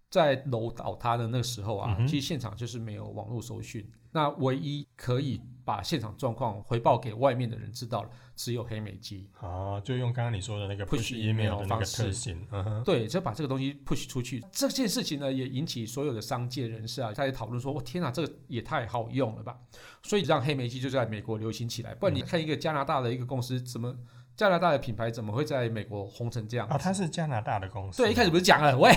[SPEAKER 1] 在楼倒塌的那个时候啊
[SPEAKER 2] 嗯，哼
[SPEAKER 1] 其实现场就是没有网络搜讯，那唯一可以把现场状况回报给外面的人知道了，只有黑莓机。
[SPEAKER 2] 啊，就用刚刚你说的那个
[SPEAKER 1] push
[SPEAKER 2] push email
[SPEAKER 1] email
[SPEAKER 2] 的那
[SPEAKER 1] 方
[SPEAKER 2] 个
[SPEAKER 1] 式
[SPEAKER 2] 特性，嗯哼，
[SPEAKER 1] 对，就把这个东西 push 出去。这件事情呢，也引起所有的商界人士啊，在讨论说：“我天哪，这个也太好用了吧！”所以让黑莓机就在美国流行起来。不然
[SPEAKER 2] 嗯
[SPEAKER 1] 你看一个加拿大的一个公司，怎么加拿大的品牌怎么会在美国红成这样？
[SPEAKER 2] 啊，它是加拿大的公司。
[SPEAKER 1] 对，一开始不是讲了，喂，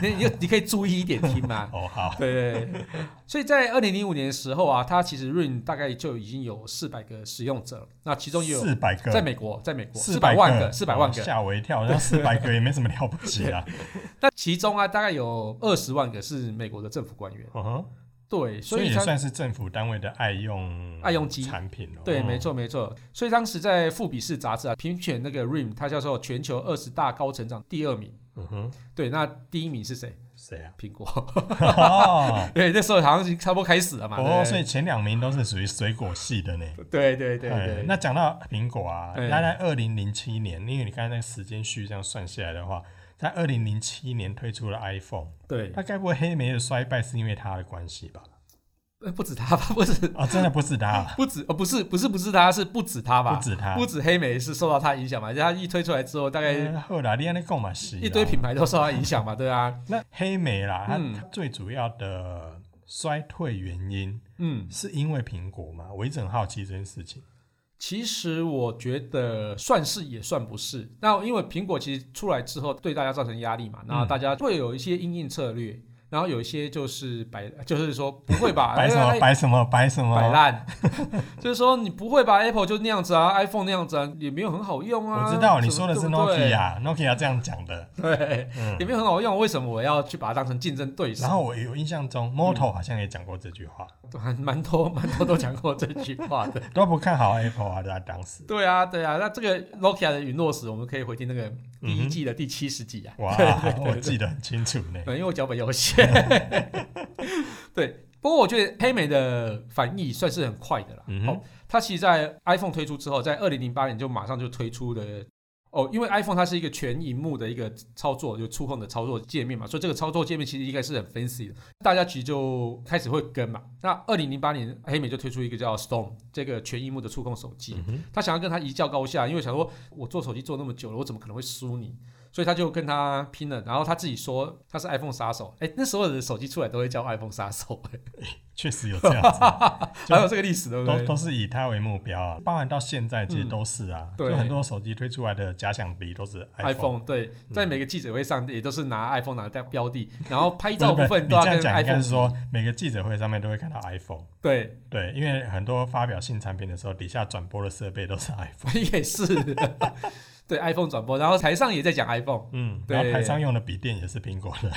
[SPEAKER 1] 你你你可以注意一点听嘛。
[SPEAKER 2] 哦，好，
[SPEAKER 1] 对，对对所以在二零零五年的时候啊，它其实 Rain 大概就已经有四百个使用者了，那其中也有
[SPEAKER 2] 四百个，
[SPEAKER 1] 在美国，在美国四
[SPEAKER 2] 百
[SPEAKER 1] 百万个，四百万
[SPEAKER 2] 哦
[SPEAKER 1] 个。
[SPEAKER 2] 吓我一跳，那四百个也没什么了不起 啊。
[SPEAKER 1] 那其中啊，大概有二十万个是美国的政府官员。
[SPEAKER 2] 嗯哼，
[SPEAKER 1] 对，所
[SPEAKER 2] 所以
[SPEAKER 1] 以
[SPEAKER 2] 也
[SPEAKER 1] 它
[SPEAKER 2] 算是政府单位的爱用
[SPEAKER 1] 爱用机
[SPEAKER 2] 产品哦。
[SPEAKER 1] 对，
[SPEAKER 2] 嗯
[SPEAKER 1] 没。错没错。所以当时在《富比士》杂志啊，评选那个 Rain，它叫做全球二十大高成长第二名。
[SPEAKER 2] 嗯哼，
[SPEAKER 1] 对，那第一名是谁？
[SPEAKER 2] 谁啊？
[SPEAKER 1] 苹果。
[SPEAKER 2] 哦，
[SPEAKER 1] 对，那时候好像已经差不多开始 了嘛。
[SPEAKER 2] 哦，
[SPEAKER 1] 对
[SPEAKER 2] 所以前两名都是属于水果系的呢。
[SPEAKER 1] 对对对
[SPEAKER 2] 哎
[SPEAKER 1] 对，
[SPEAKER 2] 那讲到苹果啊，
[SPEAKER 1] 哎
[SPEAKER 2] 大概二零零七年，因为你刚才那个时间序这样算下来的话，在二零零七年推出了 iPhone。
[SPEAKER 1] 对
[SPEAKER 2] 那该不会黑莓的衰败是因为它的关系吧？
[SPEAKER 1] 呃不止他吧， 不止
[SPEAKER 2] 哦，真的不是他，
[SPEAKER 1] 不止哦，不是不是不是他，是 不止他吧？
[SPEAKER 2] 不止他，
[SPEAKER 1] 不止黑莓是受到他影响嘛？而且他一推出来之后，大概
[SPEAKER 2] 呃后来你安尼讲嘛是啊
[SPEAKER 1] 一堆
[SPEAKER 2] 啦
[SPEAKER 1] 品牌都受他影响嘛，对啊，
[SPEAKER 2] 那黑莓啦，它
[SPEAKER 1] 嗯
[SPEAKER 2] 它最主要的衰退原因
[SPEAKER 1] 嗯，
[SPEAKER 2] 是因为苹果嘛？我一直很好奇这件事情。
[SPEAKER 1] 其实我觉得算是也算不是。那因为苹果其实出来之后对大家造成压力嘛，然
[SPEAKER 2] 嗯
[SPEAKER 1] 后大家会有一些因应策略，然后有一些就是摆，就是说不会吧，
[SPEAKER 2] 摆什么
[SPEAKER 1] 哎
[SPEAKER 2] 摆什么摆什
[SPEAKER 1] 摆
[SPEAKER 2] 么？
[SPEAKER 1] 烂， 就是说你不会吧？Apple 就那样子啊，iPhone 那样子啊，也没有很好用啊。
[SPEAKER 2] 我知道
[SPEAKER 1] 什么
[SPEAKER 2] 你说的是
[SPEAKER 1] 对不对
[SPEAKER 2] Nokia，Nokia 这样讲的。
[SPEAKER 1] 对，
[SPEAKER 2] 嗯
[SPEAKER 1] 也没有很好用，为什么我要去把它当成竞争对手？
[SPEAKER 2] 然后我有印象
[SPEAKER 1] 嗯
[SPEAKER 2] 中，Moto 好像也讲过这句话，
[SPEAKER 1] 还 蛮多蛮多都讲过这句话的。
[SPEAKER 2] 都不看好 Apple 啊，在当时。
[SPEAKER 1] 对啊，对啊，那这个 Nokia 的陨落史，我们可以回听那个第
[SPEAKER 2] 嗯
[SPEAKER 1] 一
[SPEAKER 2] 哼
[SPEAKER 1] 季的第七十集啊。
[SPEAKER 2] 哇
[SPEAKER 1] 对对，对
[SPEAKER 2] 我
[SPEAKER 1] 对
[SPEAKER 2] 记得很清楚呢。
[SPEAKER 1] 对，嗯因为我脚本有限。 对，不过我觉得黑莓的反应算是很快的啦。
[SPEAKER 2] 嗯
[SPEAKER 1] 哦
[SPEAKER 2] 哼，
[SPEAKER 1] 它其实，在 iPhone 推出之后，在二零零八年就马上就推出了。哦，因为 iPhone 它是一个全荧幕的一个操作，就触控的操作界面嘛，所以这个操作界面其实应该是很 fancy 的，大家其实就开始会跟嘛。那二零零八年，黑莓就推出一个叫 Storm 这个全荧幕的触控手机，
[SPEAKER 2] 嗯哼，
[SPEAKER 1] 他想要跟他一较高下，因为想说我做手机做那么久了，我怎么可能会输你？所以他就跟他拼了，然后他自己说他是 iPhone 杀手，哎，那时候的手机出来都会叫 iPhone 杀 手，
[SPEAKER 2] 确实有这样 子，就
[SPEAKER 1] 还有这个历史，对不
[SPEAKER 2] 都
[SPEAKER 1] 对？
[SPEAKER 2] 都是以它为目标啊，包含到现在其实都是啊，
[SPEAKER 1] 对
[SPEAKER 2] 就很多手机推出来的假想敌都是 iPhone。嗯
[SPEAKER 1] 对，在每个记者会上也都是拿 iPhone 拿来当标的，然后拍
[SPEAKER 2] 不是
[SPEAKER 1] 照
[SPEAKER 2] 不
[SPEAKER 1] 部
[SPEAKER 2] 是
[SPEAKER 1] 分
[SPEAKER 2] 你
[SPEAKER 1] 都要
[SPEAKER 2] 这样
[SPEAKER 1] 跟
[SPEAKER 2] 讲应该
[SPEAKER 1] iPhone
[SPEAKER 2] 是说，每个记者会上面都会看到 iPhone。
[SPEAKER 1] 对，
[SPEAKER 2] 对，因为很多发表新产品的时候，底下转播的设备都是 iPhone。
[SPEAKER 1] 也是 对 iPhone 转播，然后台上也在讲 iPhone，
[SPEAKER 2] 嗯，
[SPEAKER 1] 对
[SPEAKER 2] 然后台上用的笔电也是苹果的。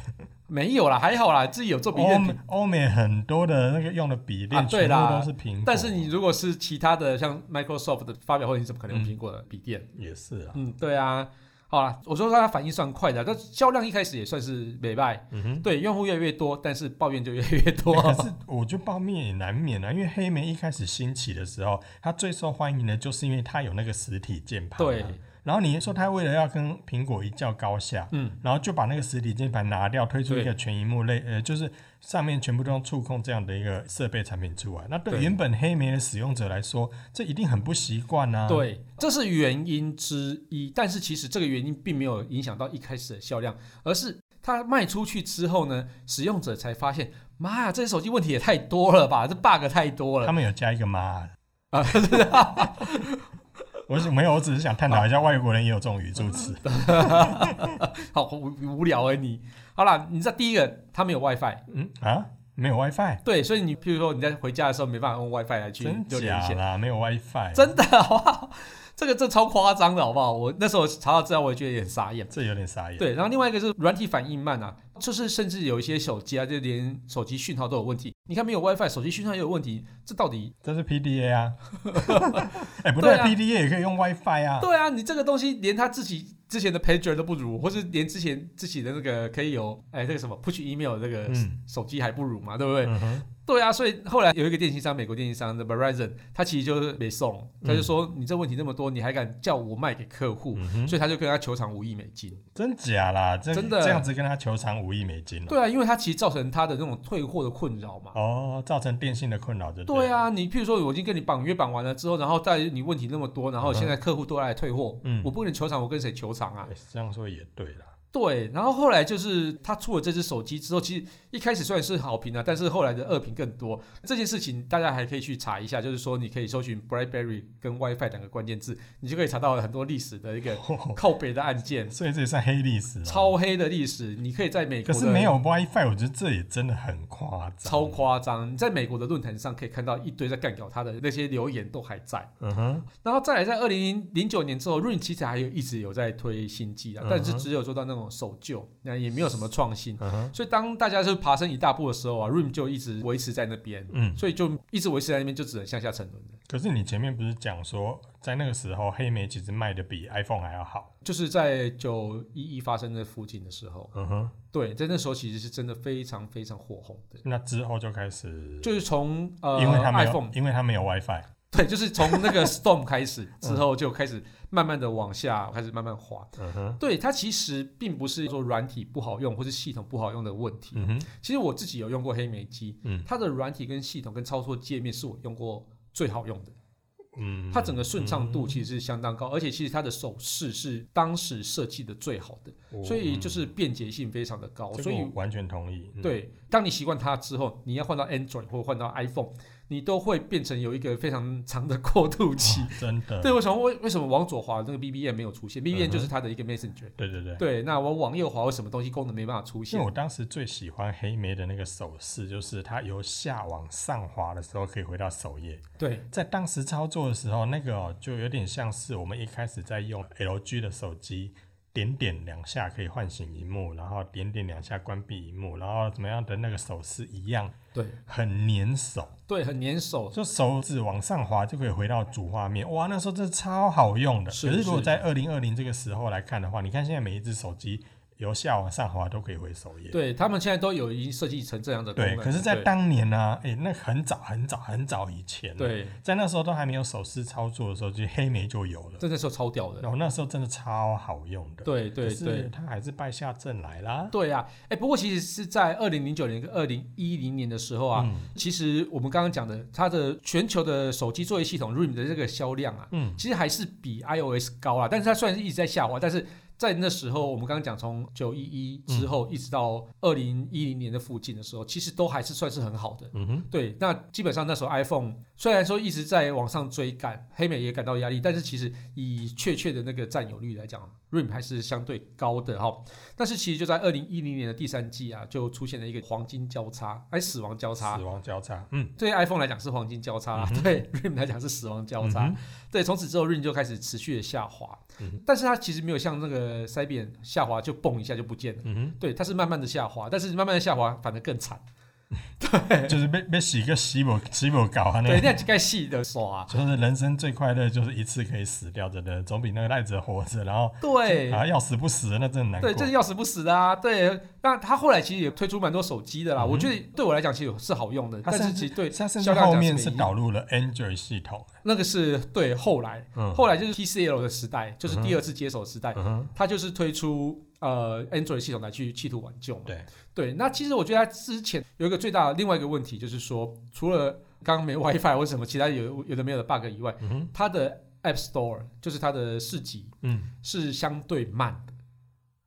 [SPEAKER 1] 没有啦，还好啦，自己有做笔
[SPEAKER 2] 欧
[SPEAKER 1] 电
[SPEAKER 2] 美欧美很多的那个用的笔
[SPEAKER 1] 哦啊
[SPEAKER 2] 电
[SPEAKER 1] 对
[SPEAKER 2] 全部
[SPEAKER 1] 啦
[SPEAKER 2] 都是苹果。
[SPEAKER 1] 但是你如果是其他的像 Microsoft 的发表会，你怎么可能用苹果的笔电？
[SPEAKER 2] 也是啊，
[SPEAKER 1] 嗯，对啊，好啦，我说它反应算快的，啊但销量一开始也算是美败，
[SPEAKER 2] 嗯哼。
[SPEAKER 1] 对，用户越来越多，但是抱怨就越来越多。
[SPEAKER 2] 欸可是我觉得泡面也难免啊，因为黑莓一开始兴起的时候，它最受欢迎的就是因为它有那个实体键盘、
[SPEAKER 1] 对，
[SPEAKER 2] 然后你说它为了要跟苹果一较高下，
[SPEAKER 1] 嗯，
[SPEAKER 2] 然后就把那个实体键盘拿掉，推出一
[SPEAKER 1] 对
[SPEAKER 2] 个全荧幕类，呃，就是上面全部都用触控这样的一个设备产品出来。那对
[SPEAKER 1] 对
[SPEAKER 2] 原本黑莓的使用者来说，这一定很不习惯啊。，
[SPEAKER 1] 对，这是原因之一，但是其实这个原因并没有影响到一开始的销量，而是它卖出去之后呢，使用者才发现，妈呀，这手机问题也太多了吧，这 bug 太多
[SPEAKER 2] 他
[SPEAKER 1] 了。
[SPEAKER 2] 们有加一个妈 啊。我是没有，我只是想探讨一下外国人也有这种语助词。
[SPEAKER 1] 好无无聊哎、你。好啦，你知道第一个它没有 WiFi，
[SPEAKER 2] 嗯啊，没有 WiFi，
[SPEAKER 1] 对，所以你譬如说你在回家的时候没办法用 WiFi 来去
[SPEAKER 2] 真
[SPEAKER 1] 就连
[SPEAKER 2] 假
[SPEAKER 1] 线。
[SPEAKER 2] 啦？没有 WiFi，
[SPEAKER 1] 真的好不好？这个这超夸张的好不好？我那时候查到资料，我也觉得有点傻眼。
[SPEAKER 2] 这有点傻眼。
[SPEAKER 1] 对，然后另外一个是软体反应慢啊，就是甚至有一些手机啊，就连手机讯号都有问题。你看没有 WiFi，手机讯号也有问题，这到底？
[SPEAKER 2] 这是 PDA 啊。哎、不对
[SPEAKER 1] 对啊
[SPEAKER 2] ，PDA 也可以用 WiFi 啊。
[SPEAKER 1] 对啊，你这个东西连他自己之前的 pager 都不如，或是连之前自己的那个可以有哎这个什么 push email 的这个
[SPEAKER 2] 嗯
[SPEAKER 1] 手机还不如嘛，对不对？
[SPEAKER 2] 嗯哼，
[SPEAKER 1] 对啊，所以后来有一个电信商，美国电信商的 Verizon，他其实就是没送，他就说、你这问题那么多，你还敢叫我卖给客户？
[SPEAKER 2] 嗯哼，
[SPEAKER 1] 所以他就跟他求偿五亿美金。
[SPEAKER 2] 真假啦？这
[SPEAKER 1] 真的
[SPEAKER 2] 这样子跟他求偿五亿美金哦了。
[SPEAKER 1] 对啊，因为它其实造成他的那种退货的困扰嘛。
[SPEAKER 2] 哦，造成电信的困扰，就
[SPEAKER 1] 对
[SPEAKER 2] 了。
[SPEAKER 1] 啊，你譬如说我已经跟你绑约绑完了之后，然后再你问题那么多，然后现在客户都来退货，
[SPEAKER 2] 嗯
[SPEAKER 1] 我不能求偿，我跟谁求偿啊？
[SPEAKER 2] 哎这样说也对啦。
[SPEAKER 1] 对，然后后来就是他出了这只手机之后，其实一开始虽然是好评啊，但是后来的恶评更多。这件事情大家还可以去查一下，就是说你可以搜寻 BlackBerry 跟 WiFi 两个关键字，你就可以查到很多历史的一个靠北的案件，
[SPEAKER 2] 所以这也算黑历史啊。
[SPEAKER 1] 超黑的历史，你可以在美
[SPEAKER 2] 可
[SPEAKER 1] 国
[SPEAKER 2] 是
[SPEAKER 1] 的
[SPEAKER 2] 没有 WiFi，我觉得这也真的很夸张。
[SPEAKER 1] 超。夸张！你在美国的论坛上可以看到一堆在干掉他的那些留言都还在。
[SPEAKER 2] 嗯哼，
[SPEAKER 1] 然后再来，在二零零九年之后，Rain 其实还有一直有在推新机啊
[SPEAKER 2] 嗯，哼
[SPEAKER 1] 但是只有做到那种守旧，那也没有什么创新。
[SPEAKER 2] 嗯哼，
[SPEAKER 1] 所以当大家就爬升一大步的时候啊，Rain 就一直维持在那边，
[SPEAKER 2] 嗯。
[SPEAKER 1] 所以就一直维持在那边，就只能向下沉沦了。
[SPEAKER 2] 可是你前面不是讲说，在那个时候黑莓其实卖的比 iPhone 还要好。
[SPEAKER 1] 就是在九一一发生的附近的时候，
[SPEAKER 2] 嗯哼，
[SPEAKER 1] 对，在那时候其实是真的非常非常火红的，
[SPEAKER 2] 那之后就开始，
[SPEAKER 1] 就是从呃呃
[SPEAKER 2] 因为它没有
[SPEAKER 1] iPhone
[SPEAKER 2] 因为它没有 WiFi。
[SPEAKER 1] 对，就是从那个 Storm 开始之后，就开始慢慢的往下，开始慢慢滑。
[SPEAKER 2] 嗯哼，
[SPEAKER 1] 对，它其实并不是说软体不好用或是系统不好用的问题。
[SPEAKER 2] 嗯哼，
[SPEAKER 1] 其实我自己有用过黑莓机，
[SPEAKER 2] 嗯
[SPEAKER 1] 它的软体跟系统跟操作界面是我用过最好用的，
[SPEAKER 2] 嗯，
[SPEAKER 1] 它整个顺畅度其实是相当高，而且其实它的手势是当时设计的最好的，
[SPEAKER 2] 我
[SPEAKER 1] 所以就是便捷性非常的高，
[SPEAKER 2] 哦这个
[SPEAKER 1] 所以
[SPEAKER 2] 我完全同意。嗯，
[SPEAKER 1] 对，当你习惯它之后，你要换到 Android 或换到 iPhone，你都会变成有一个非常长的过渡期
[SPEAKER 2] 哇。真的，
[SPEAKER 1] 对，为什么为为什么往左滑那个 BBM 没有出现？BBM
[SPEAKER 2] 嗯哼
[SPEAKER 1] 就是它的一个 Messenger。
[SPEAKER 2] 对对对。
[SPEAKER 1] 对，那我往右滑，为什么东西功能没办法出
[SPEAKER 2] 因
[SPEAKER 1] 现
[SPEAKER 2] 为？我当时最喜欢黑莓的那个手势，就是它由下往上滑的时候可以回到首页。
[SPEAKER 1] 对，
[SPEAKER 2] 在当时操作的时候，那个、哦、就有点像是我们一开始在用 LG 的手机，点点两下可以唤醒荧幕，然后点点两下关闭荧幕，然后怎么样的那个手势一样，
[SPEAKER 1] 对，
[SPEAKER 2] 很粘手，
[SPEAKER 1] 对，很粘手。
[SPEAKER 2] 就手指往上滑就可以回到主画面。哇，那时候真的超好用的。
[SPEAKER 1] 是
[SPEAKER 2] 可是如果
[SPEAKER 1] 是
[SPEAKER 2] 在二零二零这个时候来看的话，你看现在每一只手机由下往上滑都可以回首页。
[SPEAKER 1] 对他们现在都有已经设计成这样的功
[SPEAKER 2] 对，
[SPEAKER 1] 能了。
[SPEAKER 2] 可是，在
[SPEAKER 1] 对
[SPEAKER 2] 当年呢、啊，哎、那很早很早很早以前，，
[SPEAKER 1] 对，
[SPEAKER 2] 在那时候都还没有手势操作的时候，就黑莓就有了。
[SPEAKER 1] 真的是超屌的。
[SPEAKER 2] 然后那时候真的超好用的，
[SPEAKER 1] 对对
[SPEAKER 2] 可是
[SPEAKER 1] 对
[SPEAKER 2] 他还是败下阵来啦。
[SPEAKER 1] 对啊，哎，不过其实是在二零零九年跟二零一零年的时候啊，
[SPEAKER 2] 嗯
[SPEAKER 1] 其实我们刚刚讲的，它的全球的手机作业系统 RIM 的这个销量啊，
[SPEAKER 2] 嗯，
[SPEAKER 1] 其实还是比 iOS 高啊，但是它虽然是一直在下滑，但是在那时候，我们刚刚讲从九一一之后一直到二零一零年的附近的时候，其实都还是算是很好的。
[SPEAKER 2] 嗯哼，
[SPEAKER 1] 对，那基本上那时候 iPhone 虽然说一直在往上追赶，黑莓也感到压力，但是其实以确切的那个占有率来讲，RIM 还是相对高的哈。但是其实就在二零一零年的第三季啊，就出现了一个黄金交叉，哎，死亡交叉
[SPEAKER 2] 死。亡交叉，嗯，
[SPEAKER 1] 对 iPhone 来讲是黄金交叉啦，对 RIM 来讲是死亡交叉。
[SPEAKER 2] 嗯哼，
[SPEAKER 1] 对，从此之后 RIN 就开始持续的下滑，
[SPEAKER 2] 嗯哼
[SPEAKER 1] 但是它其实没有像那个 c y b e n 下滑就蹦一下就不见了，
[SPEAKER 2] 嗯
[SPEAKER 1] 对，它是慢慢的下滑，但是慢慢的下滑反而更惨，
[SPEAKER 2] 哼，就是被被洗个洗不洗不搞啊
[SPEAKER 1] 对，
[SPEAKER 2] 那。
[SPEAKER 1] 那几盖细的 刷，啊
[SPEAKER 2] 就是人生最快乐，就是一次可以死掉，真的总比那个赖着活着，然后
[SPEAKER 1] 对。
[SPEAKER 2] 啊要死不死，那真的难过。
[SPEAKER 1] 对，这是要死不死的啊！对，那它后来其实也推出蛮多手机的啦。我觉得对我来讲其实是好用的，
[SPEAKER 2] 嗯它
[SPEAKER 1] 但是
[SPEAKER 2] 甚至
[SPEAKER 1] 其实 对
[SPEAKER 2] 它甚至
[SPEAKER 1] 销量
[SPEAKER 2] 后
[SPEAKER 1] 讲
[SPEAKER 2] 面
[SPEAKER 1] 是
[SPEAKER 2] 是
[SPEAKER 1] 没
[SPEAKER 2] 导入了 Android 系统，
[SPEAKER 1] 那个是对后来，
[SPEAKER 2] 嗯
[SPEAKER 1] 后来就是 TCL 的时代，就是
[SPEAKER 2] 嗯哼
[SPEAKER 1] 第二次接手时代，
[SPEAKER 2] 嗯哼，
[SPEAKER 1] 它就是推出呃 Android 系统来去企图挽救嘛。
[SPEAKER 2] 对嗯
[SPEAKER 1] 对，那其实我觉得它之前有一个最大的另外一个问题，就是说，除了刚刚没 WiFi 或什么其他有有的没有的 bug 以外，
[SPEAKER 2] 嗯哼，
[SPEAKER 1] 它的 App Store 就是它的市集
[SPEAKER 2] 嗯
[SPEAKER 1] 是相对慢的、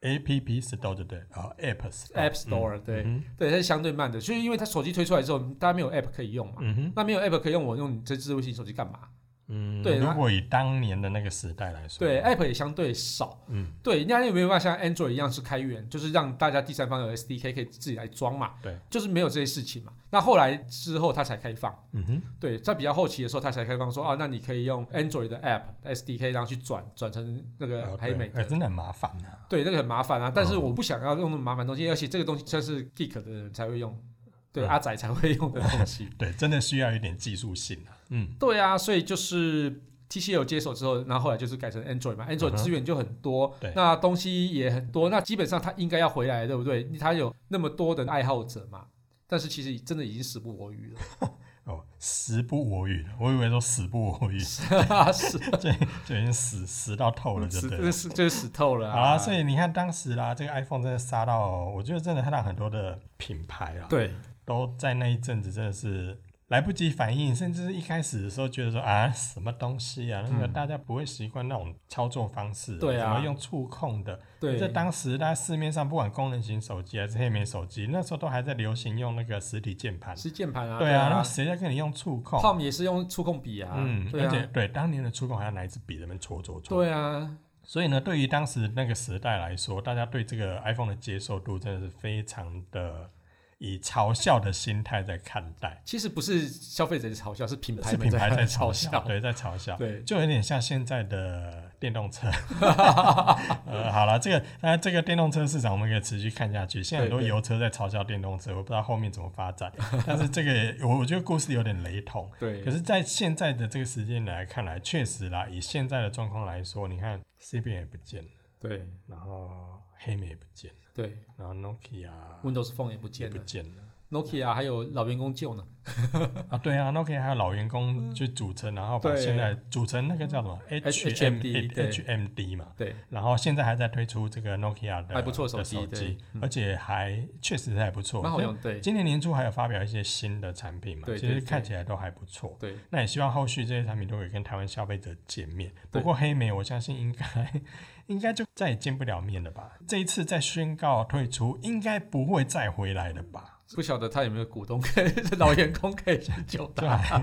[SPEAKER 2] ，A P P Store 对不对？啊，App Store，
[SPEAKER 1] App Store，、对、
[SPEAKER 2] 嗯哼
[SPEAKER 1] 对，它是相对慢的，就是因为它手机推出来之后，大家没有 App 可以用嘛。
[SPEAKER 2] 嗯哼，
[SPEAKER 1] 那没有 app 可以用，我用你这智慧型手机干嘛？
[SPEAKER 2] 嗯，
[SPEAKER 1] 对
[SPEAKER 2] 如
[SPEAKER 1] 那
[SPEAKER 2] 果以当年的那个时代来说，
[SPEAKER 1] 对，app 也相对少，
[SPEAKER 2] 嗯，
[SPEAKER 1] 对，那又没有办法像 Android 一样是开源，就是让大家第三方有 SDK 可以自己来装嘛，
[SPEAKER 2] 对，
[SPEAKER 1] 就是没有这些事情嘛。那后来之后它才开放，
[SPEAKER 2] 嗯哼，
[SPEAKER 1] 对，在比较后期的时候，它才开放说啊，那你可以用 Android 的 App SDK，然后去转转成那个
[SPEAKER 2] 哦
[SPEAKER 1] 黑莓
[SPEAKER 2] 对
[SPEAKER 1] 的。
[SPEAKER 2] 哎哦真的很麻烦呐、
[SPEAKER 1] 对，那个很麻烦啊，但是我不想要用那么麻烦的东西，而且这个东西算是 geek 的人才会用，对，
[SPEAKER 2] 嗯
[SPEAKER 1] 阿仔才会用的东西。
[SPEAKER 2] 对，真的需要一点技术性啊。嗯
[SPEAKER 1] 对啊，所以就是 TCL 接手之后，然后后来就是改成 Android 嘛
[SPEAKER 2] 嗯
[SPEAKER 1] ，Android
[SPEAKER 2] 哼
[SPEAKER 1] 资源就很多，
[SPEAKER 2] 对
[SPEAKER 1] 那东西也很多，那基本上它应该要回来，对不对？它有那么多的爱好者嘛，但是其实真的已经时不我与了。
[SPEAKER 2] 哦，时不我与了，我以为说死不我与，
[SPEAKER 1] 是
[SPEAKER 2] 这就已经死死到透了，就
[SPEAKER 1] 嗯死，
[SPEAKER 2] 对
[SPEAKER 1] 就
[SPEAKER 2] 了。
[SPEAKER 1] 是就是死透了
[SPEAKER 2] 好啦，
[SPEAKER 1] 啊！
[SPEAKER 2] 所以你看当时啦，这个 iPhone 真的杀到，我觉得真的它让很多的品牌啊，，
[SPEAKER 1] 对，
[SPEAKER 2] 都在那一阵子真的是来不及反应，甚至是一开始的时候觉得说啊，什么东西啊，那个
[SPEAKER 1] 嗯
[SPEAKER 2] 大家不会习惯那种操作方式，
[SPEAKER 1] 对啊
[SPEAKER 2] 怎么用触控的，
[SPEAKER 1] 对，
[SPEAKER 2] 这当时大家市面上不管功能型手机还是黑莓手机，那时候都还在流行用那个实体键盘。
[SPEAKER 1] 是键盘啊，
[SPEAKER 2] 对啊，那谁在跟你用触控？
[SPEAKER 1] ，Palm 也是用触控笔啊，
[SPEAKER 2] 嗯，
[SPEAKER 1] 对
[SPEAKER 2] 而且
[SPEAKER 1] 啊，
[SPEAKER 2] 对当年的触控还要拿一支笔在那边戳戳戳。
[SPEAKER 1] 对啊，
[SPEAKER 2] 所以呢，对于当时那个时代来说，大家对这个 iPhone 的接受度真的是非常的以嘲笑的心态在看待，
[SPEAKER 1] 其实不是消费者在嘲笑，是品牌
[SPEAKER 2] 是
[SPEAKER 1] 们
[SPEAKER 2] 品牌在
[SPEAKER 1] 嘲
[SPEAKER 2] 嘲笑，对，啊在嘲笑。
[SPEAKER 1] 对，
[SPEAKER 2] 就有点像现在的电 动车。呃，好了，这个那这个电动车市场我们可以持续看下去。现在很多
[SPEAKER 1] 对对
[SPEAKER 2] 油车在嘲笑电动车，我不知道后面怎么发 展。但是这个也我我觉得故事有点雷同。
[SPEAKER 1] 对
[SPEAKER 2] 可，是，在现在的这个时间来看来，确实啦，以现在的状况来说，你看 C B 也不见了，
[SPEAKER 1] 对，
[SPEAKER 2] 然后黑莓也不见了，
[SPEAKER 1] 对
[SPEAKER 2] 然后 Nokia
[SPEAKER 1] ，Windows Phone 也不
[SPEAKER 2] 也
[SPEAKER 1] 见
[SPEAKER 2] 不
[SPEAKER 1] 了。
[SPEAKER 2] 见了，
[SPEAKER 1] Nokia 还有老员工旧呢。
[SPEAKER 2] 啊，对啊，Nokia 还有老员工去组成，然后把
[SPEAKER 1] 对
[SPEAKER 2] 现在组成那个叫什么
[SPEAKER 1] HMD 对
[SPEAKER 2] HMD 嘛，
[SPEAKER 1] 对，
[SPEAKER 2] 然后现在还在推出这个 Nokia 的
[SPEAKER 1] 还不错手
[SPEAKER 2] 的
[SPEAKER 1] 机
[SPEAKER 2] 手
[SPEAKER 1] 对嗯
[SPEAKER 2] 机，而且还确实还不错，
[SPEAKER 1] 蛮好用。对
[SPEAKER 2] 今年年初还有发表一些新的产品嘛，
[SPEAKER 1] 对
[SPEAKER 2] 其
[SPEAKER 1] 对
[SPEAKER 2] 实
[SPEAKER 1] 对
[SPEAKER 2] 看起来都还不错。
[SPEAKER 1] 对，
[SPEAKER 2] 那也希望后续这些产品都可以跟台湾消费者见面。
[SPEAKER 1] 对
[SPEAKER 2] 不过黑莓，我相信应该 应该就再也见不了面了吧？这一次再宣告退出，应该不会再回来了吧？
[SPEAKER 1] 不晓得他有没有股东可以 老员工可以去救
[SPEAKER 2] 对
[SPEAKER 1] 他。，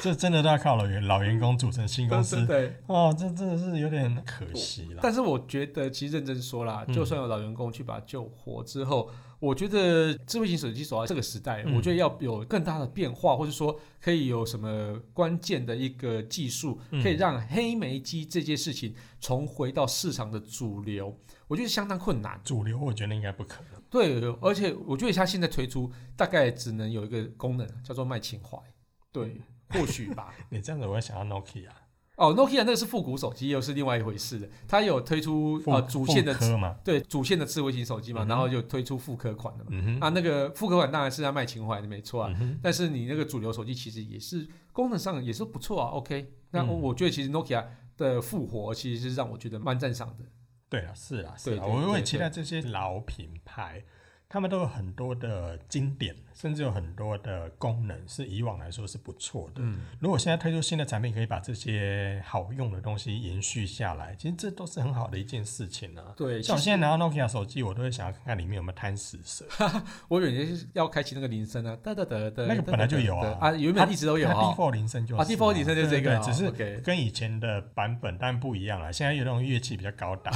[SPEAKER 2] 这真的都要靠老员老员工组成新公
[SPEAKER 1] 对
[SPEAKER 2] 司
[SPEAKER 1] 对，
[SPEAKER 2] 哦，这真的是有点可惜了。
[SPEAKER 1] 但是我觉得其实认真说啦，
[SPEAKER 2] 啊嗯
[SPEAKER 1] 就算有老员工去把它救活之后，我觉得智慧型手机走到这个时代，
[SPEAKER 2] 嗯
[SPEAKER 1] 我觉得要有更大的变化，或者说可以有什么关键的一个技术，
[SPEAKER 2] 嗯
[SPEAKER 1] 可以让黑莓机这件事情重回到市场的主流，我觉得相当困难。
[SPEAKER 2] 主流我觉得应该不可能。
[SPEAKER 1] 对，而且我觉得它现在推出大概只能有一个功能，叫做卖情怀。
[SPEAKER 2] 嗯
[SPEAKER 1] 对，或许吧。
[SPEAKER 2] 你这样子，我会想到 Nokia
[SPEAKER 1] 哦，Nokia 那个是复古手机，又是另外一回事的。它有推出
[SPEAKER 2] 复
[SPEAKER 1] 呃主线的
[SPEAKER 2] 复刻嘛，
[SPEAKER 1] 对主线的智慧型手机嘛，
[SPEAKER 2] 嗯哼
[SPEAKER 1] 然后就推出复刻款的嘛。
[SPEAKER 2] 嗯
[SPEAKER 1] 啊，
[SPEAKER 2] 哼，
[SPEAKER 1] 那个复刻款当然是在卖情怀的，没错啊。
[SPEAKER 2] 嗯哼，
[SPEAKER 1] 但是你那个主流手机其实也是功能上也是不错啊。OK，那我
[SPEAKER 2] 嗯
[SPEAKER 1] 我觉得其实 Nokia 的复活其实是让我觉得蛮赞赏的。
[SPEAKER 2] 对啊，是啊，是
[SPEAKER 1] 对
[SPEAKER 2] 啊，
[SPEAKER 1] 对
[SPEAKER 2] 我我
[SPEAKER 1] 对
[SPEAKER 2] 也期
[SPEAKER 1] 对
[SPEAKER 2] 待这些老品牌，他们都有很多的经典，甚至有很多的功能是以往来说是不错的。
[SPEAKER 1] 嗯，
[SPEAKER 2] 如果现在推出新的产品，可以把这些好用的东西延续下来，其实这都是很好的一件事情啊。
[SPEAKER 1] 对。
[SPEAKER 2] 像
[SPEAKER 1] 其
[SPEAKER 2] 我
[SPEAKER 1] 实
[SPEAKER 2] 现在拿到 Nokia 手机，我都会想要看看里面有没有贪食蛇，
[SPEAKER 1] 我原先是要开启那个铃声啊，哒哒哒哒，
[SPEAKER 2] 那个本来就有啊
[SPEAKER 1] 哒哒哒哒啊，原本一直都有
[SPEAKER 2] 它
[SPEAKER 1] 啊。
[SPEAKER 2] default 铃声就是
[SPEAKER 1] 啊，default 铃声就是
[SPEAKER 2] 对
[SPEAKER 1] 这个啊
[SPEAKER 2] 对只是
[SPEAKER 1] OK
[SPEAKER 2] 跟以前的版本但不一样了。现在有那种乐器比较 高档，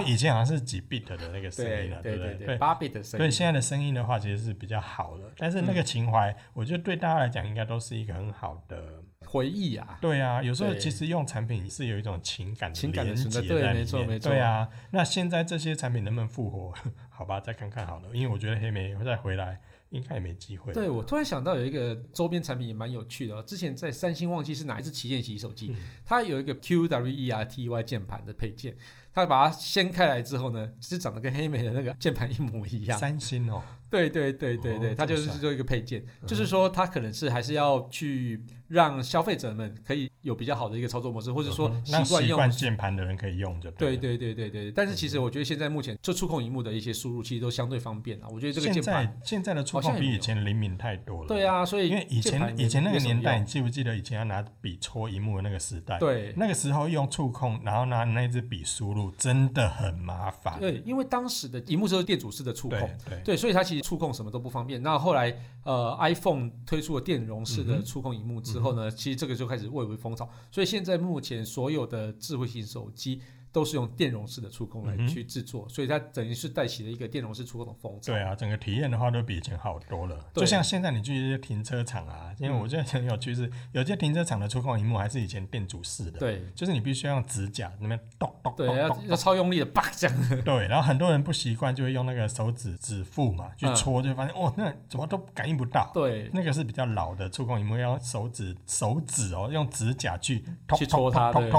[SPEAKER 2] 因为以前好像是几 bit 的那个声音
[SPEAKER 1] 对
[SPEAKER 2] 了，
[SPEAKER 1] 对
[SPEAKER 2] 不对？
[SPEAKER 1] 对，八倍的声
[SPEAKER 2] 所以
[SPEAKER 1] 音。
[SPEAKER 2] 现在的声音的话，其实是比较好的，但是那个情怀，我觉得对大家来讲，应该都是一个很好的。
[SPEAKER 1] 回忆啊，
[SPEAKER 2] 对啊，有时候
[SPEAKER 1] 对
[SPEAKER 2] 其实用产品是有一种情感
[SPEAKER 1] 情感的
[SPEAKER 2] 连
[SPEAKER 1] 存在
[SPEAKER 2] 接
[SPEAKER 1] 对
[SPEAKER 2] 在里面。
[SPEAKER 1] 没错没错
[SPEAKER 2] 对啊，那现在这些产品能不能复活？ 好吧，再看看好了，因为我觉得黑莓再回来，应该也没机会。
[SPEAKER 1] 对，我突然想到有一个周边产品也蛮有趣的、哦，之前在三星忘记是哪一支旗舰型手机，
[SPEAKER 2] 嗯
[SPEAKER 1] 它有一个 E QWERTY 键盘的配件，它把它掀开来之后呢，是长得跟黑莓的那个键盘一模一样。
[SPEAKER 2] 三星哦、
[SPEAKER 1] 对对对对对，
[SPEAKER 2] 哦
[SPEAKER 1] 它就
[SPEAKER 2] 这
[SPEAKER 1] 是
[SPEAKER 2] 么帅嗯
[SPEAKER 1] 做一个配件，就是说它可能是还是要去让消费者们可以有比较好的一个操作模式，或者说
[SPEAKER 2] 嗯哼
[SPEAKER 1] 习
[SPEAKER 2] 让
[SPEAKER 1] 惯
[SPEAKER 2] 习
[SPEAKER 1] 用
[SPEAKER 2] 惯嗯键盘的人可以用就
[SPEAKER 1] 对
[SPEAKER 2] 了。
[SPEAKER 1] 对对对对，但是其实我觉得现在目前就触控荧幕的一些输入，其实都相对方便啊。我觉得这个
[SPEAKER 2] 现
[SPEAKER 1] 键盘，
[SPEAKER 2] 在现在的触
[SPEAKER 1] 好像也
[SPEAKER 2] 控比
[SPEAKER 1] 没
[SPEAKER 2] 以
[SPEAKER 1] 有
[SPEAKER 2] 前灵敏太多了。
[SPEAKER 1] 对，啊，所以
[SPEAKER 2] 因为以
[SPEAKER 1] 键盘
[SPEAKER 2] 前
[SPEAKER 1] 也
[SPEAKER 2] 以前那个
[SPEAKER 1] 没什么
[SPEAKER 2] 年代，
[SPEAKER 1] 用
[SPEAKER 2] 你记不记得以前要拿笔戳荧幕的那个时代？
[SPEAKER 1] 对
[SPEAKER 2] 那个时候用触控，然后拿那支笔输入，真的很麻烦。
[SPEAKER 1] 对，因为当时的荧幕就是电阻式的触控，
[SPEAKER 2] 啊对
[SPEAKER 1] 对，所以它其实触控什么都不方便。那后来呃，iPhone 推出了电容式
[SPEAKER 2] 嗯
[SPEAKER 1] 的
[SPEAKER 2] 哼
[SPEAKER 1] 触控荧幕之后呢，其实这个就开始蔚为风潮。所以现在目前所有的智慧型手机都是用电容式的触控来
[SPEAKER 2] 嗯哼
[SPEAKER 1] 去制作，所以它等于是带起了一个电容式触控的风潮。
[SPEAKER 2] 对啊，整个体验的话都比以前好多了。
[SPEAKER 1] 对嗯
[SPEAKER 2] 就像现在你去一些停车场啊，因为我觉得很有趣是，有些停车场的触控荧幕还是以前电阻式的，
[SPEAKER 1] 对
[SPEAKER 2] 就是你必须要用指甲那边咚咚
[SPEAKER 1] 对，
[SPEAKER 2] 咚
[SPEAKER 1] 要
[SPEAKER 2] 咚
[SPEAKER 1] 要
[SPEAKER 2] 咚，
[SPEAKER 1] 超用力的叭这样。
[SPEAKER 2] 对，然后很多人不习惯，就会用那个手指指腹嘛去
[SPEAKER 1] 嗯
[SPEAKER 2] 戳，就会发现哦，那怎么都感应不到。
[SPEAKER 1] 对，
[SPEAKER 2] 那个是比较老的触控荧幕，要用手指手指哦，用指甲去
[SPEAKER 1] 去戳它对，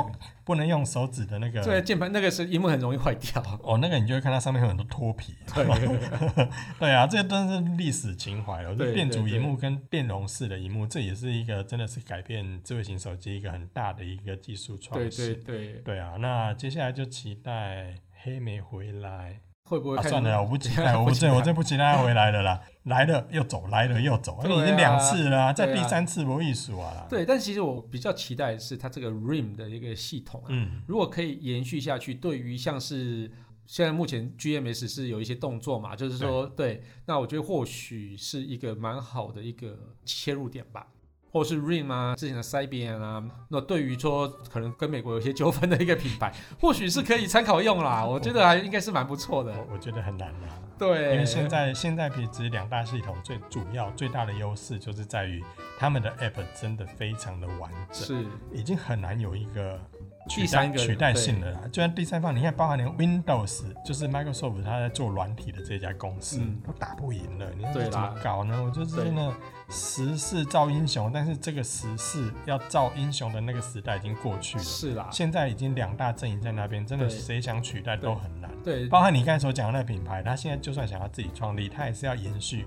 [SPEAKER 2] 不能用手指的那
[SPEAKER 1] 这
[SPEAKER 2] 个。
[SPEAKER 1] 键盘那个是荧幕很容易坏 掉。
[SPEAKER 2] 哦，那个你就会看到上面有很多脱皮。对啊，这真是历史情怀了。
[SPEAKER 1] 对
[SPEAKER 2] 这
[SPEAKER 1] 对
[SPEAKER 2] 电阻荧幕跟电容式的荧幕，这也是一个真的是改变智慧型手机一个很大的一个技术创
[SPEAKER 1] 对
[SPEAKER 2] 新。
[SPEAKER 1] 对对，
[SPEAKER 2] 对啊，那接下来就期待黑莓回来。
[SPEAKER 1] 会不会
[SPEAKER 2] 啊、
[SPEAKER 1] 看、
[SPEAKER 2] 算了啦，我不期待，
[SPEAKER 1] 不
[SPEAKER 2] 我不
[SPEAKER 1] 期
[SPEAKER 2] 真
[SPEAKER 1] 待
[SPEAKER 2] 我真不期待他回来了啦，来了又走，来了又走，
[SPEAKER 1] 对啊
[SPEAKER 2] 已经两次了、啊，在
[SPEAKER 1] 对啊
[SPEAKER 2] 第三次我艺术啊啦。
[SPEAKER 1] 对，但其实我比较期待的是它这个 RIM 的一个系统啊，
[SPEAKER 2] 嗯，
[SPEAKER 1] 如果可以延续下去，对于像是现在目前 GMS 是有一些动作嘛，就是说对，那我觉得或许是一个蛮好的一个切入点吧。或是 Ring 啊，之前的 Cybian 啊，那对于说可能跟美国有一些纠纷的一个品 牌，或许是可以参考用啦。我觉得还应该是蛮不错的。
[SPEAKER 2] 我我觉得很难啦，哦因
[SPEAKER 1] 对，
[SPEAKER 2] 为现在现在皮质两大系统最主要最大的优势就是在于他们的 App 真的非常的完整，
[SPEAKER 1] 是
[SPEAKER 2] 已经很难有一个
[SPEAKER 1] 第
[SPEAKER 2] 取代
[SPEAKER 1] 三个
[SPEAKER 2] 取代性的啦。就像第三方，你看，包含连 Windows，就是 Microsoft 它在做软体的这家公司，
[SPEAKER 1] 嗯
[SPEAKER 2] 都打不赢了。你
[SPEAKER 1] 对
[SPEAKER 2] 说
[SPEAKER 1] 啦
[SPEAKER 2] 怎么搞呢？我就是
[SPEAKER 1] 对
[SPEAKER 2] 真的时势造英雄，但是这个时势要造英雄的那个时代已经过去了。
[SPEAKER 1] 是啦，
[SPEAKER 2] 现在已经两大阵营在那边，真的
[SPEAKER 1] 对
[SPEAKER 2] 谁想取代都很难。
[SPEAKER 1] 对
[SPEAKER 2] 包含你刚才所讲的那个品牌，它现在就算想要自己创立，它也是要延续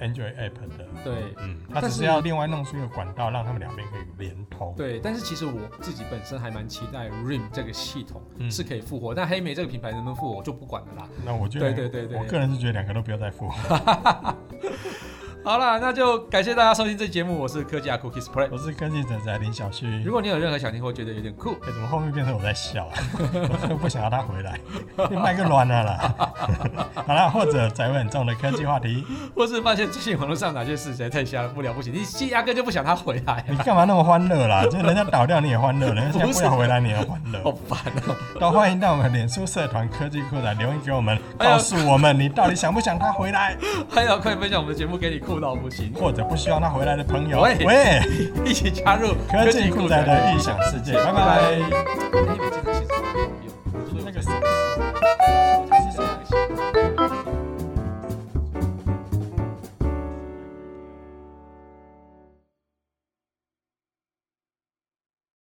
[SPEAKER 2] Android App 的，
[SPEAKER 1] 对
[SPEAKER 2] 嗯，它
[SPEAKER 1] 但是
[SPEAKER 2] 只是要另外弄出一个管道，让他们两边可以连通。
[SPEAKER 1] 对，但是其实我自己本身还蛮期待 RIM 这个系统
[SPEAKER 2] 嗯
[SPEAKER 1] 是可以复活，但黑莓这个品牌能不能复活我就不管了啦。
[SPEAKER 2] 那我觉得，
[SPEAKER 1] 对对对对
[SPEAKER 2] 我个人是觉得两个都不要再付。
[SPEAKER 1] 好啦，那就感谢大家收听这期节目，我是科技阿 Cookies Play。
[SPEAKER 2] 我是科技仔仔林小旭。
[SPEAKER 1] 如果你有任何想听或觉得有点酷，
[SPEAKER 2] 哎、怎么后面变成我在笑啊？ 我真的不想要他回来， 你卖个卵了啦！ 好啦，或者再问很重的科技话题，
[SPEAKER 1] 或是发现最近网络上哪些事实在太瞎了不了不起，你心压根就不想他回来、
[SPEAKER 2] 你干嘛那么欢乐啦？就是人家倒掉你也欢乐，人家现在不想回来你也
[SPEAKER 1] 好
[SPEAKER 2] 欢乐。
[SPEAKER 1] 烦哦、
[SPEAKER 2] 都欢迎到我们脸书社团科技库来留言给我们，
[SPEAKER 1] 哎呀
[SPEAKER 2] 告诉我们你到底想不想他回来，
[SPEAKER 1] 还有，快分享我们的节目给你酷到不行，
[SPEAKER 2] 或者不希望他回来的朋友。
[SPEAKER 1] 喂
[SPEAKER 2] 喂，
[SPEAKER 1] 一起加入
[SPEAKER 2] 科技酷仔的异想世界，拜拜。
[SPEAKER 1] 哎，每次的其实蛮有用，所以
[SPEAKER 2] 那
[SPEAKER 1] 我才
[SPEAKER 2] 个什么。